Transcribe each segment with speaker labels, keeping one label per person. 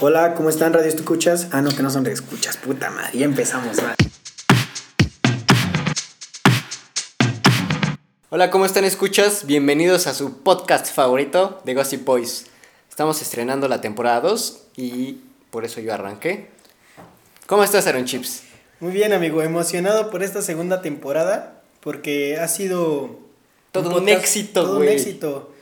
Speaker 1: Hola, ¿cómo están? Radio Escuchas. Ah, no, que no son escuchas, puta madre. Ya empezamos, va.
Speaker 2: Hola, ¿cómo están escuchas? Bienvenidos a su podcast favorito de Gossip Boys. Estamos estrenando la temporada 2 y por eso yo arranqué. ¿Cómo estás, Aaron Chips?
Speaker 3: Muy bien, amigo, emocionado por esta segunda temporada porque ha sido
Speaker 2: Todo un
Speaker 3: podcast-
Speaker 2: éxito,
Speaker 3: todo
Speaker 2: güey.
Speaker 3: un éxito.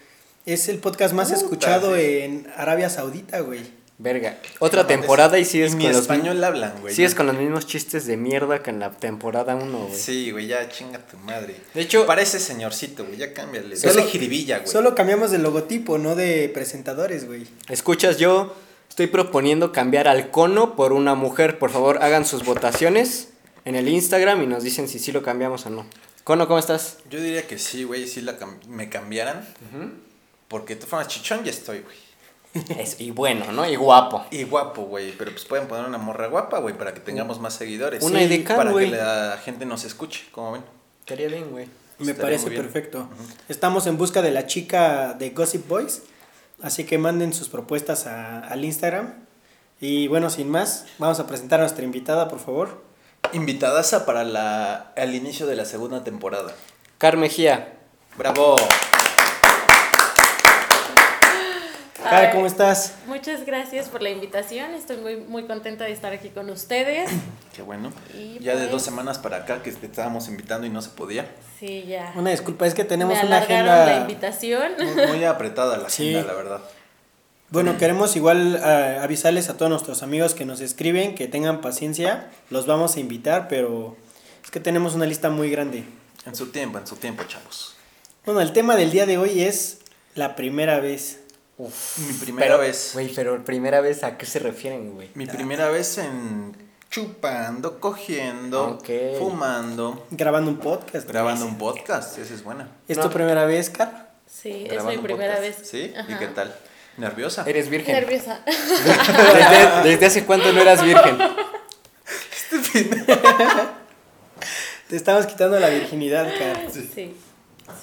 Speaker 3: Es el podcast más
Speaker 4: Puta,
Speaker 3: escuchado
Speaker 4: sí.
Speaker 3: en Arabia Saudita, güey.
Speaker 2: Verga. Otra temporada y sigues
Speaker 4: Mi
Speaker 2: con los
Speaker 4: español hablan, güey.
Speaker 2: Sigues con los mismos chistes de mierda que en la temporada 1, güey.
Speaker 4: Sí, güey, ya chinga tu madre.
Speaker 2: De hecho-
Speaker 4: parece señorcito, güey, ya cámbiale.
Speaker 3: Solo-
Speaker 4: Dale jiribilla, güey.
Speaker 3: Solo cambiamos de logotipo, no de presentadores, güey.
Speaker 2: Escuchas, yo estoy proponiendo cambiar al cono por una mujer. Por favor, hagan sus votaciones en el Instagram y nos dicen si sí lo cambiamos o no. Cono, ¿cómo estás?
Speaker 4: Yo diría que sí, güey, si la cam- me cambiaran. Porque tú formas chichón ya estoy, güey.
Speaker 2: Es- y bueno, ¿no? Y guapo.
Speaker 4: Y guapo, güey, pero pues pueden poner una morra guapa, güey, para que tengamos más seguidores.
Speaker 2: Una edecán,
Speaker 4: Para
Speaker 2: güey.
Speaker 4: que la gente nos escuche, como ven.
Speaker 2: Estaría bien, güey.
Speaker 3: Me
Speaker 4: Estaría
Speaker 3: parece
Speaker 4: muy bien.
Speaker 3: perfecto. Estamos en busca de la chica de Gossip Boys, así que manden sus propuestas a- al Instagram. Y bueno, sin más, vamos a presentar a nuestra invitada, por favor.
Speaker 4: Invitadaza para la al inicio de la segunda temporada.
Speaker 2: Carmejía.
Speaker 4: Bravo.
Speaker 3: Cara,
Speaker 5: Ay,
Speaker 3: ¿cómo estás?
Speaker 5: Muchas gracias por la invitación. Estoy muy, muy contenta de estar aquí con ustedes.
Speaker 4: Qué bueno.
Speaker 5: Y
Speaker 4: ya de
Speaker 5: pues-
Speaker 4: dos semanas para acá que te estábamos invitando y no se podía.
Speaker 5: Sí, ya.
Speaker 3: Una disculpa, es que tenemos
Speaker 5: Me
Speaker 3: una
Speaker 5: alargaron
Speaker 3: agenda.
Speaker 5: la invitación.
Speaker 4: Muy, muy apretada la
Speaker 3: Sí.
Speaker 4: agenda, la verdad.
Speaker 3: Bueno, queremos igual eh, avisarles a todos nuestros amigos que nos escriben, que tengan paciencia, los vamos a invitar, pero es que tenemos una lista muy grande.
Speaker 4: En su tiempo, en su tiempo, chavos.
Speaker 3: Bueno, el tema del día de hoy es la primera vez.
Speaker 4: Mi primera
Speaker 2: Pero,
Speaker 4: vez.
Speaker 2: Güey, pero primera vez, ¿a qué se refieren, güey?
Speaker 4: Mi primera vez en chupando, cogiendo,
Speaker 2: Ok.
Speaker 4: fumando,
Speaker 3: Grabando un podcast.
Speaker 4: grabando un podcast. Esa es buena.
Speaker 3: ¿Es
Speaker 2: No.
Speaker 3: tu primera vez, Car?
Speaker 5: Sí, es
Speaker 4: Grabando
Speaker 5: mi
Speaker 4: un
Speaker 5: primera
Speaker 4: podcast.
Speaker 5: vez.
Speaker 4: ¿Sí? ¿Y
Speaker 5: Ajá.
Speaker 4: qué tal? ¿Nerviosa?
Speaker 2: Eres virgen.
Speaker 5: Nerviosa.
Speaker 2: Desde, desde hace cuánto no eras virgen?
Speaker 3: Te estamos quitando la virginidad, Car.
Speaker 5: Sí.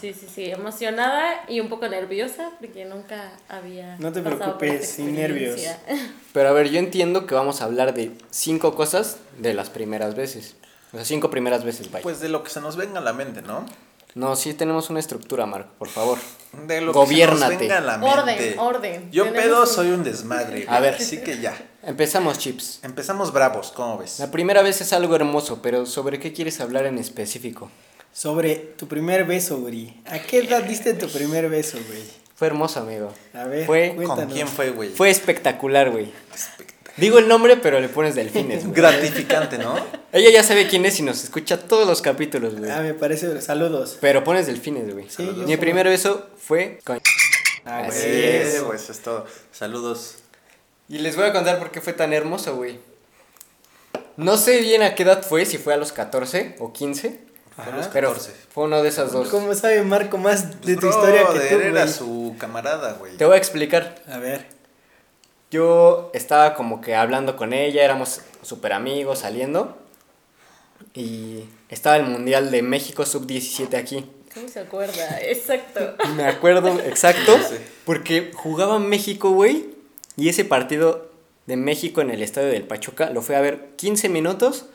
Speaker 5: Sí, sí, sí. Emocionada y un poco nerviosa porque nunca había.
Speaker 3: No te
Speaker 5: pasado por
Speaker 3: preocupes,
Speaker 5: esta
Speaker 3: sin nervios.
Speaker 5: experiencia.
Speaker 2: Pero a ver, yo entiendo que vamos a hablar de cinco cosas de las primeras veces. O sea, cinco primeras veces, vaya.
Speaker 4: Pues de lo que se nos venga a la mente, ¿no?
Speaker 2: no, sí tenemos una estructura, Marco, por favor.
Speaker 4: De lo que se nos
Speaker 2: Gobiérnate.
Speaker 4: venga a la
Speaker 5: Orden,
Speaker 4: mente.
Speaker 5: orden.
Speaker 4: Yo
Speaker 5: Tenemos
Speaker 4: pedo
Speaker 5: un-
Speaker 4: soy un desmadre.
Speaker 2: A
Speaker 4: A
Speaker 2: ver.
Speaker 4: ver. Así que ya.
Speaker 2: Empezamos, Chips.
Speaker 4: Empezamos bravos, ¿cómo ves?
Speaker 2: La primera vez es algo hermoso, pero ¿sobre qué quieres hablar en específico?
Speaker 3: Sobre tu primer beso, güey. ¿A qué edad diste tu primer beso, güey?
Speaker 2: Fue hermoso, amigo.
Speaker 3: A ver,
Speaker 2: Fue,
Speaker 3: cuéntanos.
Speaker 4: ¿Con quién fue, güey?
Speaker 2: fue espectacular, güey. Digo el nombre, pero le pones delfines, güey.
Speaker 4: gratificante, ¿no?
Speaker 2: Ella ya sabe quién es y nos escucha todos los capítulos,
Speaker 4: Pues
Speaker 2: güey.
Speaker 3: Ah, me parece. Saludos.
Speaker 2: Pero pones delfines, güey.
Speaker 3: Sí, yo
Speaker 2: Mi
Speaker 3: como-
Speaker 2: primer beso fue con...
Speaker 3: Ah,
Speaker 2: Así
Speaker 3: güey.
Speaker 2: es.
Speaker 4: Eh, Pues es todo. Saludos.
Speaker 2: Y les voy a contar por qué fue tan hermoso, güey. No sé bien a qué edad fue, si fue a los 14 o 15.
Speaker 4: Fue a los
Speaker 2: Pero
Speaker 4: 14.
Speaker 2: fue uno de esas dos.
Speaker 3: ¿Cómo sabe Marco más de tu
Speaker 4: Pues, Brother,
Speaker 3: historia que tú,
Speaker 4: era
Speaker 3: güey?
Speaker 4: su camarada, güey.
Speaker 2: Te voy a explicar.
Speaker 3: A ver.
Speaker 2: Yo estaba como que hablando con ella, éramos súper amigos, saliendo. Y estaba el Mundial de México Sub-17 aquí.
Speaker 5: ¿Cómo se acuerda? Exacto.
Speaker 2: Me acuerdo exacto.
Speaker 4: Sí.
Speaker 2: Porque jugaba México, güey. Y ese partido de México en el estadio del Pachuca lo fue a ver 15 minutos.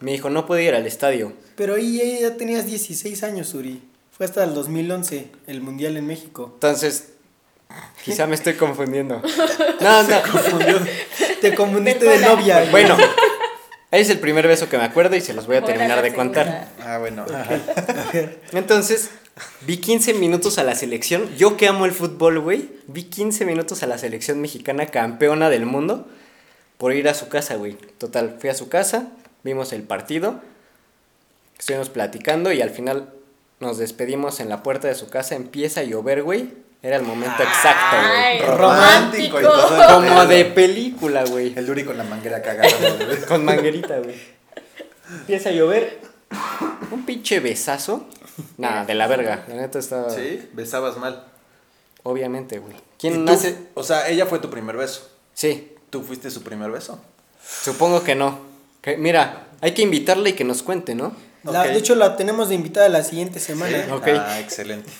Speaker 2: Me dijo, no puedo ir al estadio.
Speaker 3: Pero ahí ahí ya tenías 16 años, Uri. Fue hasta el 2011, el Mundial en México.
Speaker 2: Entonces, quizá me estoy confundiendo. No, no.
Speaker 3: Te confundiste de novia. güey.
Speaker 2: Bueno, es el primer beso que me acuerdo y se los voy a
Speaker 5: Ahora
Speaker 2: terminar
Speaker 5: la
Speaker 2: de contar.
Speaker 5: segunda.
Speaker 4: Ah, bueno.
Speaker 2: Entonces, vi 15 minutos a la selección. Yo que amo el fútbol, güey. Vi 15 minutos a la selección mexicana campeona del mundo por ir a su casa, güey. Total, fui a su casa, vimos el partido, estuvimos platicando y al final nos despedimos en la puerta de su casa. Empieza a llover, güey. Era el momento exacto,
Speaker 5: Ay,
Speaker 2: güey.
Speaker 4: Romántico y todo.
Speaker 2: Como de película, güey.
Speaker 4: El Uri con la manguera cagada. güey.
Speaker 2: Con manguerita, güey. Empieza a llover. Un pinche besazo. Nada, de la verga. La neta está.
Speaker 4: sí, besabas mal.
Speaker 2: Obviamente, güey.
Speaker 4: ¿Y
Speaker 2: ¿Quién
Speaker 4: tú?
Speaker 2: nace?
Speaker 4: O sea, ella fue tu primer beso.
Speaker 2: Sí,
Speaker 4: ¿Tú fuiste su primer beso?
Speaker 2: supongo que no. Que- mira, hay que invitarle y que nos cuente, ¿no?
Speaker 3: La-
Speaker 4: ok.
Speaker 3: De hecho, la tenemos de invitada la siguiente semana.
Speaker 2: Ok.
Speaker 4: Ah, excelente.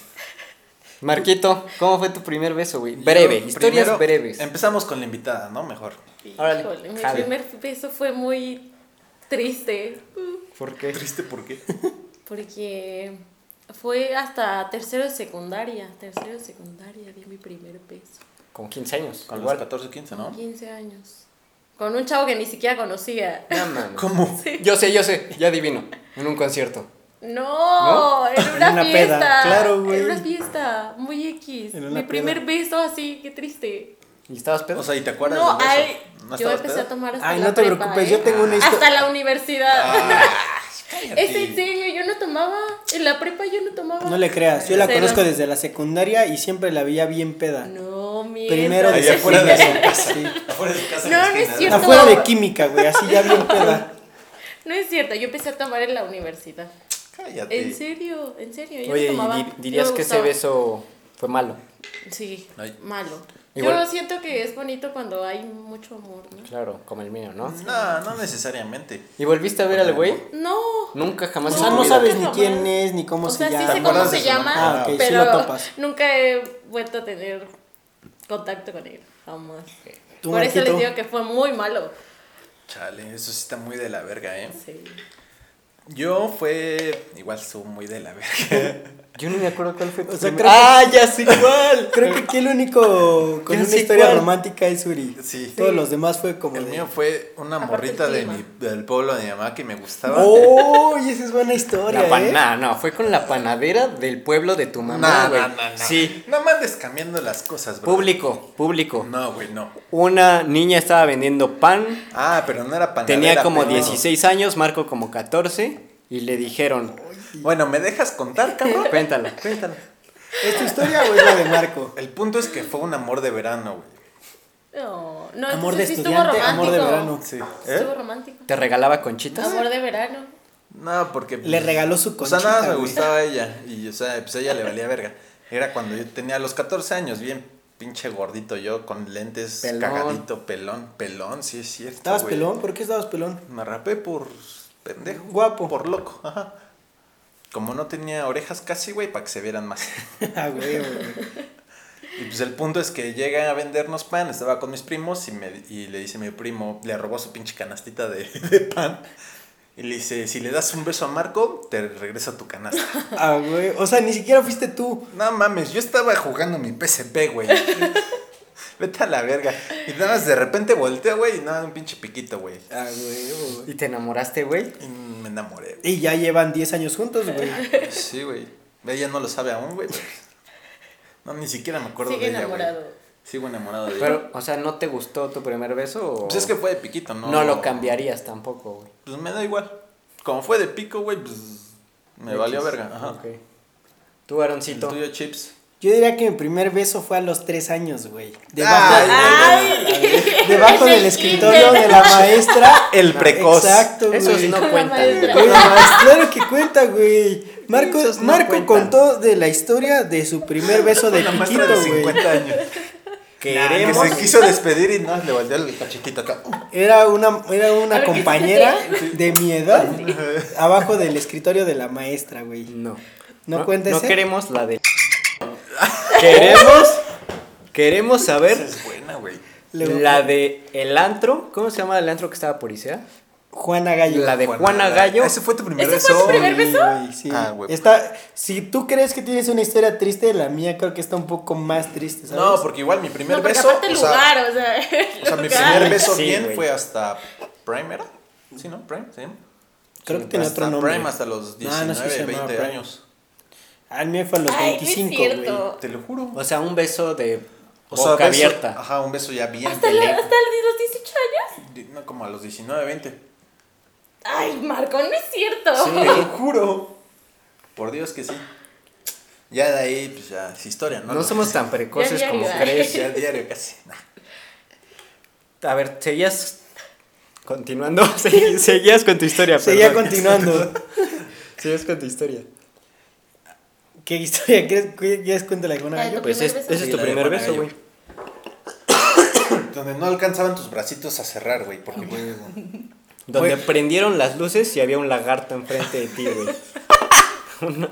Speaker 2: Marquito, ¿cómo fue tu primer beso, güey? Breve,
Speaker 4: Yo
Speaker 2: historias
Speaker 4: primero
Speaker 2: breves.
Speaker 4: Empezamos con la invitada, ¿no? Mejor.
Speaker 2: Órale,
Speaker 5: Híjole, mi
Speaker 2: jale.
Speaker 5: primer beso fue muy triste
Speaker 2: ¿Por qué?
Speaker 4: Triste, ¿por qué?
Speaker 5: porque fue hasta tercero de secundaria. Tercero de secundaria di mi primer beso.
Speaker 2: Con 15 años.
Speaker 4: Con los
Speaker 2: igual.
Speaker 4: 14, 15, ¿no?
Speaker 5: 15 años. Con un chavo que ni siquiera conocía.
Speaker 2: No, mames.
Speaker 4: ¿Cómo?
Speaker 2: Yo sé, yo sé, ya adivino. En un concierto.
Speaker 5: No, en una,
Speaker 3: En una peda,
Speaker 5: fiesta.
Speaker 3: claro, güey.
Speaker 5: en una fiesta, muy X.
Speaker 3: En
Speaker 5: Mi
Speaker 3: una peda.
Speaker 5: primer beso así, qué triste.
Speaker 2: ¿Y estabas pedo?
Speaker 4: O sea, ¿y te acuerdas
Speaker 5: no,
Speaker 4: del beso?
Speaker 5: ay,
Speaker 4: ¿No
Speaker 5: yo
Speaker 4: estabas
Speaker 5: empecé
Speaker 4: pedo?
Speaker 5: a tomar hasta
Speaker 3: Ay,
Speaker 5: la
Speaker 3: no te
Speaker 5: prepa,
Speaker 3: preocupes,
Speaker 5: ¿eh?
Speaker 3: yo tengo una historia.
Speaker 5: Hasta la universidad.
Speaker 4: Ah,
Speaker 5: Este,
Speaker 4: cállate.
Speaker 5: es en serio, yo no tomaba. En la prepa yo no tomaba.
Speaker 3: No le creas, yo la
Speaker 5: Cero.
Speaker 3: conozco desde la secundaria y siempre la veía bien peda.
Speaker 5: No, mierda.
Speaker 3: Primero de
Speaker 4: Allá afuera de
Speaker 3: secundaria.
Speaker 4: su casa.
Speaker 3: Sí.
Speaker 4: Afuera de su casa. en
Speaker 5: No,
Speaker 4: la
Speaker 5: no es
Speaker 4: esquina,
Speaker 5: cierto.
Speaker 3: Afuera de química, güey, así ya bien peda.
Speaker 5: No es cierto, yo empecé a tomar en la universidad.
Speaker 4: Cállate.
Speaker 5: En serio, en serio. Yo
Speaker 2: Oye,
Speaker 5: no
Speaker 2: ¿y
Speaker 5: tomaba.
Speaker 2: di- dirías
Speaker 5: Yo
Speaker 2: que ese
Speaker 5: usaba-
Speaker 2: beso fue malo?
Speaker 5: Sí,
Speaker 4: Ay.
Speaker 5: malo.
Speaker 2: Igual.
Speaker 5: Yo siento que es bonito cuando hay mucho amor, ¿no?
Speaker 2: Claro, como el mío, ¿no?
Speaker 4: No, no necesariamente.
Speaker 2: ¿Y volviste a ver al güey?
Speaker 5: No.
Speaker 2: Nunca jamás
Speaker 3: O
Speaker 2: en
Speaker 3: sea,
Speaker 2: tu
Speaker 3: no
Speaker 2: vida.
Speaker 3: sabes ni
Speaker 5: Jamás.
Speaker 3: quién es, ni cómo
Speaker 5: O sea,
Speaker 3: se
Speaker 5: sí
Speaker 3: llama.
Speaker 5: sé cómo
Speaker 4: acuerdas de
Speaker 5: se
Speaker 4: su
Speaker 5: llama,
Speaker 3: nombre? Ah, ok, sí
Speaker 5: pero
Speaker 3: lo topas.
Speaker 5: nunca he vuelto a tener contacto con él, jamás.
Speaker 3: ¿Tú,
Speaker 5: Por eso
Speaker 3: Marquito?
Speaker 5: les digo que fue muy malo.
Speaker 4: Chale, eso sí está muy de la verga, ¿eh?
Speaker 5: Sí.
Speaker 4: Yo fue. Igual estuvo muy de la verga.
Speaker 2: Yo no me acuerdo cuál fue tu
Speaker 3: O sea,
Speaker 2: primer-
Speaker 3: creo que-
Speaker 2: ¡Ah, ya sé cuál!
Speaker 3: Creo que aquí el único con
Speaker 2: Ya
Speaker 3: una
Speaker 2: sé
Speaker 3: historia
Speaker 2: cuál.
Speaker 3: romántica es Uri.
Speaker 4: Sí.
Speaker 3: Todos los demás fue como
Speaker 4: El
Speaker 3: de-
Speaker 4: mío fue una
Speaker 5: Aparte
Speaker 4: morrita
Speaker 5: el
Speaker 4: de
Speaker 5: clima.
Speaker 4: mi- del pueblo de mi mamá que me gustaba.
Speaker 3: ¡Oh! Y esa es buena historia,
Speaker 2: La pan-
Speaker 3: ¿eh?
Speaker 2: no, no, fue con la panadera del pueblo de tu mamá,
Speaker 4: No,
Speaker 2: güey.
Speaker 4: no, no, no.
Speaker 2: Sí,
Speaker 4: No mandes cambiando las cosas, bro.
Speaker 2: público, público.
Speaker 4: No, güey, no.
Speaker 2: Una niña estaba vendiendo pan,
Speaker 4: Ah, pero no era panadera.
Speaker 2: tenía como
Speaker 4: pero-
Speaker 2: 16 años, Marco como 14, y le dijeron,
Speaker 4: Bueno, ¿me dejas contar, cabrón?
Speaker 2: cuéntalo, cuéntalo.
Speaker 3: ¿Es tu historia o es la de Marco?
Speaker 4: El punto es que fue un amor de verano, güey.
Speaker 5: No, no,
Speaker 3: Amor de
Speaker 5: entonces sí estuvo
Speaker 3: estudiante, amor de
Speaker 5: romántico.
Speaker 3: verano.
Speaker 4: Sí.
Speaker 5: Estuvo romántico.
Speaker 2: ¿Te regalaba conchitas?
Speaker 5: Amor de verano.
Speaker 4: No, porque.
Speaker 3: Le regaló su
Speaker 4: cosa. O sea, nada más
Speaker 3: conchita,
Speaker 4: me
Speaker 3: güey.
Speaker 4: gustaba ella. Y, o sea, pues ella le valía verga. Era cuando yo tenía los 14 años, bien pinche gordito yo, con lentes,
Speaker 2: Pelón.
Speaker 4: cagadito, pelón. Pelón, sí es cierto.
Speaker 3: ¿Estabas
Speaker 4: güey.
Speaker 3: pelón? ¿Por qué estabas pelón?
Speaker 4: Me rapé por pendejo.
Speaker 3: Guapo.
Speaker 4: Por loco, ajá. Como no tenía orejas casi, güey, para que se vieran más.
Speaker 3: Ah, güey, güey.
Speaker 4: Y pues el punto es que llega a vendernos pan, estaba con mis primos y, me, y le dice mi primo, le robó su pinche canastita de, de pan. Y le dice, si le das un beso a Marco, te regresa tu canasta.
Speaker 3: Ah, güey. O sea, ni siquiera fuiste tú.
Speaker 4: No mames, yo estaba jugando mi PSP, güey. Vete a la verga. Y nada más de repente volteo, güey, y nada, un pinche piquito, güey.
Speaker 3: Ah, güey, güey.
Speaker 2: ¿Y te enamoraste, güey?
Speaker 4: Y me enamoré.
Speaker 3: Y ya llevan 10 años juntos, güey.
Speaker 4: Sí, güey. Ella no lo sabe aún, güey. pero- No, ni siquiera me acuerdo de
Speaker 5: Sigue
Speaker 4: ella, güey.
Speaker 5: enamorado.
Speaker 4: Sigo enamorado de ella.
Speaker 2: Pero, o sea, ¿no te gustó tu primer beso? O...
Speaker 4: Pues es que fue de piquito, ¿no?
Speaker 2: no, lo cambiarías tampoco, güey.
Speaker 4: Pues me da igual. Como fue de pico, güey, pues me valió
Speaker 2: X.
Speaker 4: verga. Ajá.
Speaker 2: Ok. Tú,
Speaker 4: El
Speaker 2: Aaroncito.
Speaker 4: tuyo, Chips.
Speaker 3: Yo diría que mi primer beso fue a los 3 años, güey. Debajo,
Speaker 4: Ay,
Speaker 3: debajo
Speaker 5: En el
Speaker 3: del escritorio
Speaker 5: kinder.
Speaker 3: de la maestra.
Speaker 4: El precoz.
Speaker 3: Exacto, güey.
Speaker 2: Eso sí no
Speaker 5: Con la
Speaker 2: cuenta.
Speaker 5: maestra.
Speaker 3: Güey, más claro que cuenta, güey. Marco,
Speaker 2: Esos no
Speaker 3: Marco
Speaker 2: cuentan.
Speaker 3: contó de la historia de su primer beso de
Speaker 4: La maestra
Speaker 3: piquito,
Speaker 4: de
Speaker 3: güey.
Speaker 4: 50 años. Que
Speaker 2: Queremos.
Speaker 4: se quiso despedir y nada, le volteó el cachetito acá.
Speaker 3: Era una, era
Speaker 5: A
Speaker 3: una
Speaker 5: ver, ¿qué
Speaker 3: compañera de mi edad abajo del escritorio de la maestra, güey.
Speaker 2: No.
Speaker 3: No ¿eh? cuenta
Speaker 2: No
Speaker 3: ese.
Speaker 2: queremos la de. queremos. Queremos
Speaker 4: Esa
Speaker 2: saber
Speaker 4: es buena, güey.
Speaker 3: Le-
Speaker 2: la de el antro. ¿Cómo se llama el antro que estaba por Isea?
Speaker 3: Juana Gallo.
Speaker 2: La de
Speaker 4: Juana
Speaker 2: Juana Gallo.
Speaker 4: Ese fue tu primer
Speaker 5: ¿Ese fue tu
Speaker 4: beso.
Speaker 5: primer beso?
Speaker 3: güey, sí.
Speaker 4: Ah, güey.
Speaker 3: Está- si tú crees que tienes una historia triste, la mía creo que está un poco más triste, ¿sabes?
Speaker 4: No, porque igual mi
Speaker 5: No,
Speaker 4: primer
Speaker 5: porque
Speaker 4: beso.
Speaker 5: aparte el
Speaker 4: o sea,
Speaker 5: lugar, o sea. el
Speaker 4: O sea, mi
Speaker 5: lugar.
Speaker 4: primer beso
Speaker 2: Sí,
Speaker 4: bien
Speaker 2: güey.
Speaker 4: fue hasta Prime, ¿era? Sí, ¿no? Prime, sí.
Speaker 3: creo que tiene
Speaker 4: hasta
Speaker 3: otro nombre.
Speaker 4: Prime hasta los
Speaker 3: No, no
Speaker 4: 19,
Speaker 3: sé si se llamaba
Speaker 4: 20
Speaker 3: Prime.
Speaker 4: años.
Speaker 3: Ah, el mío fue a los
Speaker 5: Ay, no es
Speaker 3: 25, güey.
Speaker 5: cierto.
Speaker 4: Te lo juro.
Speaker 2: O sea, un beso de
Speaker 4: O
Speaker 2: boca
Speaker 4: sea, beso-
Speaker 2: abierta.
Speaker 4: Ajá, un beso ya bien.
Speaker 5: ¿Hasta, la- hasta los 18 años?
Speaker 4: Di- No, como a los 19, 20.
Speaker 5: Ay, Marco, no es cierto.
Speaker 4: Te lo juro. Por Dios que sí. Ya de ahí, pues ya, es historia, ¿no?
Speaker 2: No somos tan precoces
Speaker 5: Ya, ya,
Speaker 2: como
Speaker 5: ya.
Speaker 2: crees.
Speaker 4: Ya diario casi. Nah.
Speaker 2: A ver, seguías continuando. segui- seguías con tu historia,
Speaker 3: Seguía
Speaker 2: perdón.
Speaker 3: continuando.
Speaker 2: Seguías con tu historia.
Speaker 3: ¿Qué historia crees? que- ¿Quieres cuéntale alguna
Speaker 5: Ay,
Speaker 3: gallo?
Speaker 5: tu
Speaker 2: Pues
Speaker 5: primer
Speaker 2: es-
Speaker 5: beso.
Speaker 2: ese es
Speaker 4: Sí,
Speaker 2: tu
Speaker 4: la de
Speaker 2: primer
Speaker 4: Juana
Speaker 2: beso,
Speaker 4: Gallo.
Speaker 2: güey.
Speaker 4: Donde no alcanzaban tus bracitos a cerrar, güey. Porque
Speaker 3: Ah,
Speaker 2: Donde
Speaker 3: Güey.
Speaker 2: prendieron las luces y había un lagarto enfrente de ti, güey. Una-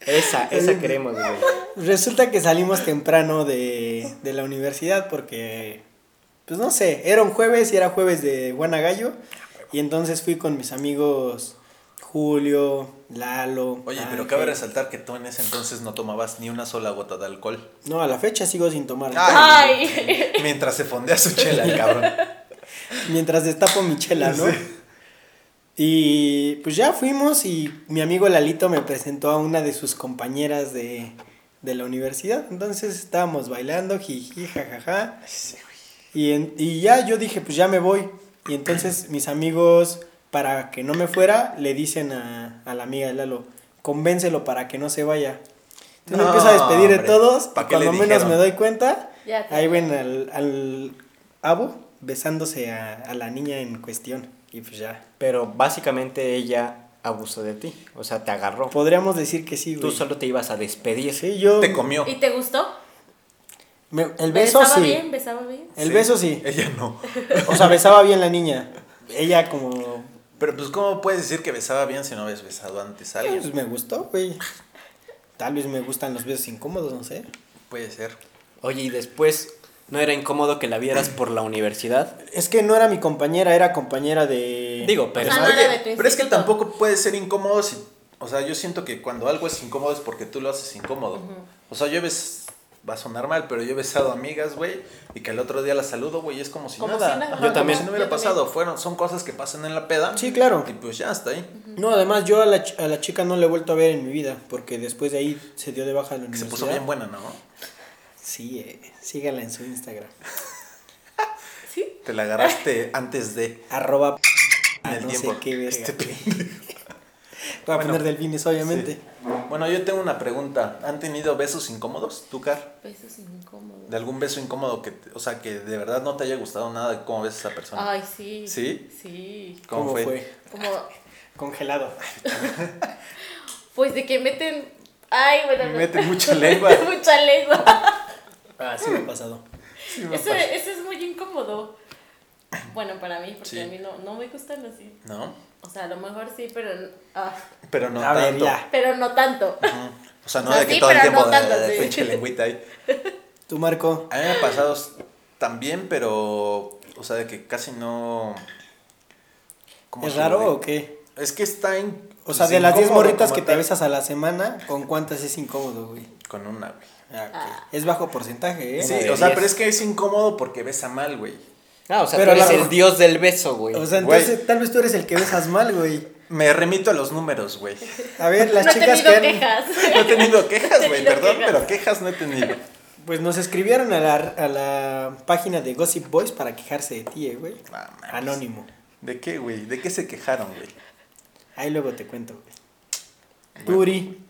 Speaker 2: Esa, esa queremos, güey.
Speaker 3: Resulta que salimos temprano de, de la universidad porque, pues no sé, era un jueves y era jueves de Guanagallo. Y entonces fui con mis amigos Julio, Lalo.
Speaker 4: Oye,
Speaker 3: Ángel.
Speaker 4: pero cabe resaltar que tú en ese entonces no tomabas ni una sola gota de alcohol.
Speaker 3: No, a la fecha sigo sin tomar.
Speaker 4: Ah,
Speaker 5: Ay.
Speaker 4: Mientras se fondea su chela, el cabrón.
Speaker 3: Mientras destapo mi chela, ¿no?
Speaker 4: Sí.
Speaker 3: Y pues ya fuimos y mi amigo Lalito me presentó a una de sus compañeras de, de la universidad. Entonces estábamos bailando, jiji, jajaja. Y, en- y ya yo dije, pues ya me voy. Y entonces mis amigos, para que no me fuera, le dicen a, a la amiga de Lalo, convéncelo para que no se vaya. Entonces me
Speaker 4: No,
Speaker 3: empiezo a despedir de
Speaker 4: hombre,
Speaker 3: todos.
Speaker 4: ¿pa'
Speaker 3: y
Speaker 4: qué le
Speaker 3: cuando menos
Speaker 4: dijeron?
Speaker 3: me doy cuenta,
Speaker 5: Ya te-
Speaker 3: ahí ven al, al Abo besándose a, a la niña en cuestión. Y pues ya.
Speaker 2: Pero básicamente ella abusó de ti. O sea, te agarró.
Speaker 3: Podríamos decir que sí,
Speaker 2: Tú
Speaker 3: Pues, güey.
Speaker 2: solo te ibas a despedir.
Speaker 3: Sí, yo.
Speaker 4: Te comió.
Speaker 5: ¿Y te gustó?
Speaker 3: me- el beso
Speaker 5: ¿Besaba
Speaker 3: sí.
Speaker 5: bien? ¿Besaba bien?
Speaker 4: Eh,
Speaker 3: El beso sí.
Speaker 4: Ella no.
Speaker 3: O sea, besaba bien la niña. Ella como.
Speaker 4: Pero pues, ¿cómo puedes decir que besaba bien si no habías besado antes a alguien?
Speaker 3: Pues me gustó, güey. Tal vez me gustan los besos incómodos, no sé.
Speaker 4: Puede ser.
Speaker 2: Oye, y después, ¿no era incómodo que la vieras por la universidad?
Speaker 3: Es que no era mi compañera, era compañera de.
Speaker 2: Digo, pero-
Speaker 4: Ah,
Speaker 5: O sea, Ah, no era de tu
Speaker 4: pero es que
Speaker 5: instituto.
Speaker 4: tampoco puede ser incómodo si... O sea, yo siento que cuando algo es incómodo es porque tú lo haces incómodo. O sea, yo ves... Va a sonar mal, pero yo he besado amigas, güey, y que al otro día las saludo, güey, y es como si
Speaker 5: Como
Speaker 4: nada.
Speaker 5: si nada.
Speaker 4: Ajá,
Speaker 2: Yo también.
Speaker 4: Como si no hubiera
Speaker 5: Yo también.
Speaker 4: pasado. Fueron, son cosas que pasan en la peda.
Speaker 3: Sí, claro.
Speaker 4: Y pues ya está ahí.
Speaker 3: No, además yo a la, ch- a la chica no la he vuelto a ver en mi vida, porque después de ahí se dio de baja de la
Speaker 4: Que se
Speaker 3: universidad.
Speaker 4: puso bien buena, ¿no?
Speaker 3: Sí, eh, síganla en su Instagram.
Speaker 5: Sí.
Speaker 4: Te la agarraste antes de.
Speaker 3: Arroba.
Speaker 4: En
Speaker 3: Ah,
Speaker 4: el
Speaker 3: no sé
Speaker 4: tiempo.
Speaker 3: qué verga.
Speaker 4: Este pendejo.
Speaker 3: Voy a
Speaker 4: Bueno.
Speaker 3: poner del Vines, obviamente.
Speaker 4: Sí. Bueno, yo tengo una pregunta. ¿Han tenido besos incómodos, tú, Car?
Speaker 5: Besos incómodos.
Speaker 4: ¿De algún beso incómodo que, te- o sea, que de verdad no te haya gustado nada de cómo ves a esa persona?
Speaker 5: Ay, sí.
Speaker 4: ¿Sí?
Speaker 5: Sí.
Speaker 4: ¿Cómo, fue?
Speaker 5: Como,
Speaker 3: Congelado.
Speaker 5: pues de que meten. Ay, bueno. no.
Speaker 4: Mete mucha lengua.
Speaker 5: Meten mucha lengua.
Speaker 3: Ah, sí me ha pasado.
Speaker 5: Eso, eso es muy incómodo. Bueno, para mí, porque
Speaker 4: Sí.
Speaker 5: a mí no, no me gustan así.
Speaker 4: ¿No?
Speaker 5: O sea, a lo mejor sí, pero. ah,
Speaker 4: Pero no
Speaker 3: a ver,
Speaker 4: tanto.
Speaker 3: ya.
Speaker 5: pero no tanto.
Speaker 4: Ujú. O sea, no
Speaker 5: O sea,
Speaker 4: de que
Speaker 5: sí,
Speaker 4: todo el
Speaker 5: pero
Speaker 4: tiempo
Speaker 5: no
Speaker 4: de-
Speaker 5: tanto,
Speaker 4: de,
Speaker 5: sí.
Speaker 4: pinche lengüita ahí.
Speaker 3: Tú, Marco.
Speaker 4: A mí me ha pasado s- también, pero, o sea, de que casi no... ¿cómo
Speaker 3: ¿Es
Speaker 4: se lo
Speaker 3: raro
Speaker 4: digo?
Speaker 3: o qué?
Speaker 4: Es que está en...
Speaker 3: O sea,
Speaker 4: pues,
Speaker 3: de las 10
Speaker 4: incómodo
Speaker 3: morritas
Speaker 4: como
Speaker 3: que te
Speaker 4: tal.
Speaker 3: besas a la semana, ¿con cuántas es incómodo, güey?
Speaker 4: Con una, güey.
Speaker 3: Ah, ok.
Speaker 5: Ah.
Speaker 3: Es bajo porcentaje, ¿eh?
Speaker 4: Sí,
Speaker 2: de
Speaker 4: o sea,
Speaker 2: diez.
Speaker 4: pero es que es incómodo porque besa mal, güey.
Speaker 2: Ah, o sea,
Speaker 3: Pero
Speaker 2: tú eres
Speaker 3: la-
Speaker 2: el dios del beso, güey.
Speaker 3: O sea,
Speaker 4: Güey.
Speaker 3: entonces tal vez tú eres el que besas mal, güey.
Speaker 4: Me remito a los números, güey.
Speaker 3: A ver, las
Speaker 5: no he
Speaker 3: chicas
Speaker 5: tenido
Speaker 3: que han-
Speaker 5: quejas.
Speaker 4: No he tenido quejas, güey,
Speaker 5: No he tenido
Speaker 4: perdón,
Speaker 5: quejas.
Speaker 4: pero quejas no he tenido.
Speaker 3: Pues nos escribieron a la, a la página de Gossip Boys para quejarse de ti, eh, güey.
Speaker 4: Ah, mames.
Speaker 3: Anónimo.
Speaker 4: ¿De qué, güey? ¿De qué se quejaron, güey?
Speaker 3: Ahí luego te cuento, güey. Turi,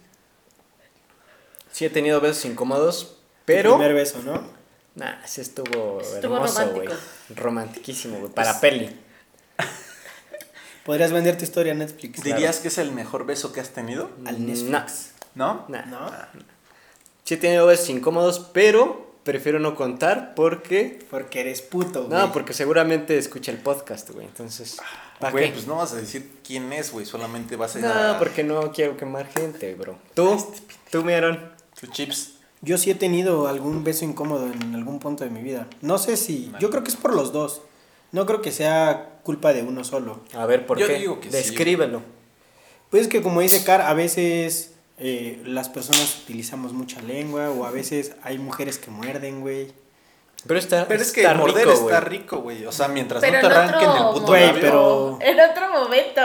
Speaker 2: Sí he tenido besos incómodos,
Speaker 3: pero...
Speaker 2: pero...
Speaker 3: primer beso, ¿no?
Speaker 2: Nah, sí estuvo,
Speaker 5: Estuvo
Speaker 2: hermoso, güey.
Speaker 5: romántico.
Speaker 2: Romantiquísimo, güey. Para
Speaker 3: Pues,
Speaker 2: peli.
Speaker 3: Podrías vender tu historia a Netflix.
Speaker 4: ¿Dirías que es el mejor beso que has tenido?
Speaker 3: Al Netflix.
Speaker 2: Nah,
Speaker 4: ¿No?
Speaker 2: nah.
Speaker 3: ¿No?
Speaker 2: Sí he tenido besos incómodos, pero prefiero no contar porque...
Speaker 3: Porque eres puto, güey.
Speaker 2: No, porque seguramente escucha el podcast, güey. Entonces, ¿para
Speaker 4: Güey,
Speaker 2: qué?
Speaker 4: pues no vas a decir quién es, güey, solamente vas a ir
Speaker 2: no,
Speaker 4: a...
Speaker 2: porque no quiero quemar gente, bro. Tú, tú, mi Aaron.
Speaker 4: Tus chips.
Speaker 3: Yo sí he tenido algún beso incómodo en algún punto de mi vida. No sé si... Yo creo que es por los dos. No creo que sea culpa de uno solo.
Speaker 2: A ver, ¿por
Speaker 4: Yo
Speaker 2: qué?
Speaker 4: digo que sí.
Speaker 2: Descríbelo.
Speaker 3: Pues es que como dice Car, a veces eh, las personas utilizamos mucha lengua o a veces hay mujeres que muerden, güey.
Speaker 2: Pero está
Speaker 4: Pero es que
Speaker 2: está
Speaker 4: morder
Speaker 2: rico,
Speaker 4: está
Speaker 2: güey.
Speaker 4: rico, güey. O sea, mientras no
Speaker 5: Pero
Speaker 4: te
Speaker 5: en
Speaker 4: arranquen
Speaker 5: otro
Speaker 4: el puto
Speaker 3: Güey,
Speaker 4: labio.
Speaker 3: pero-
Speaker 5: En otro momento.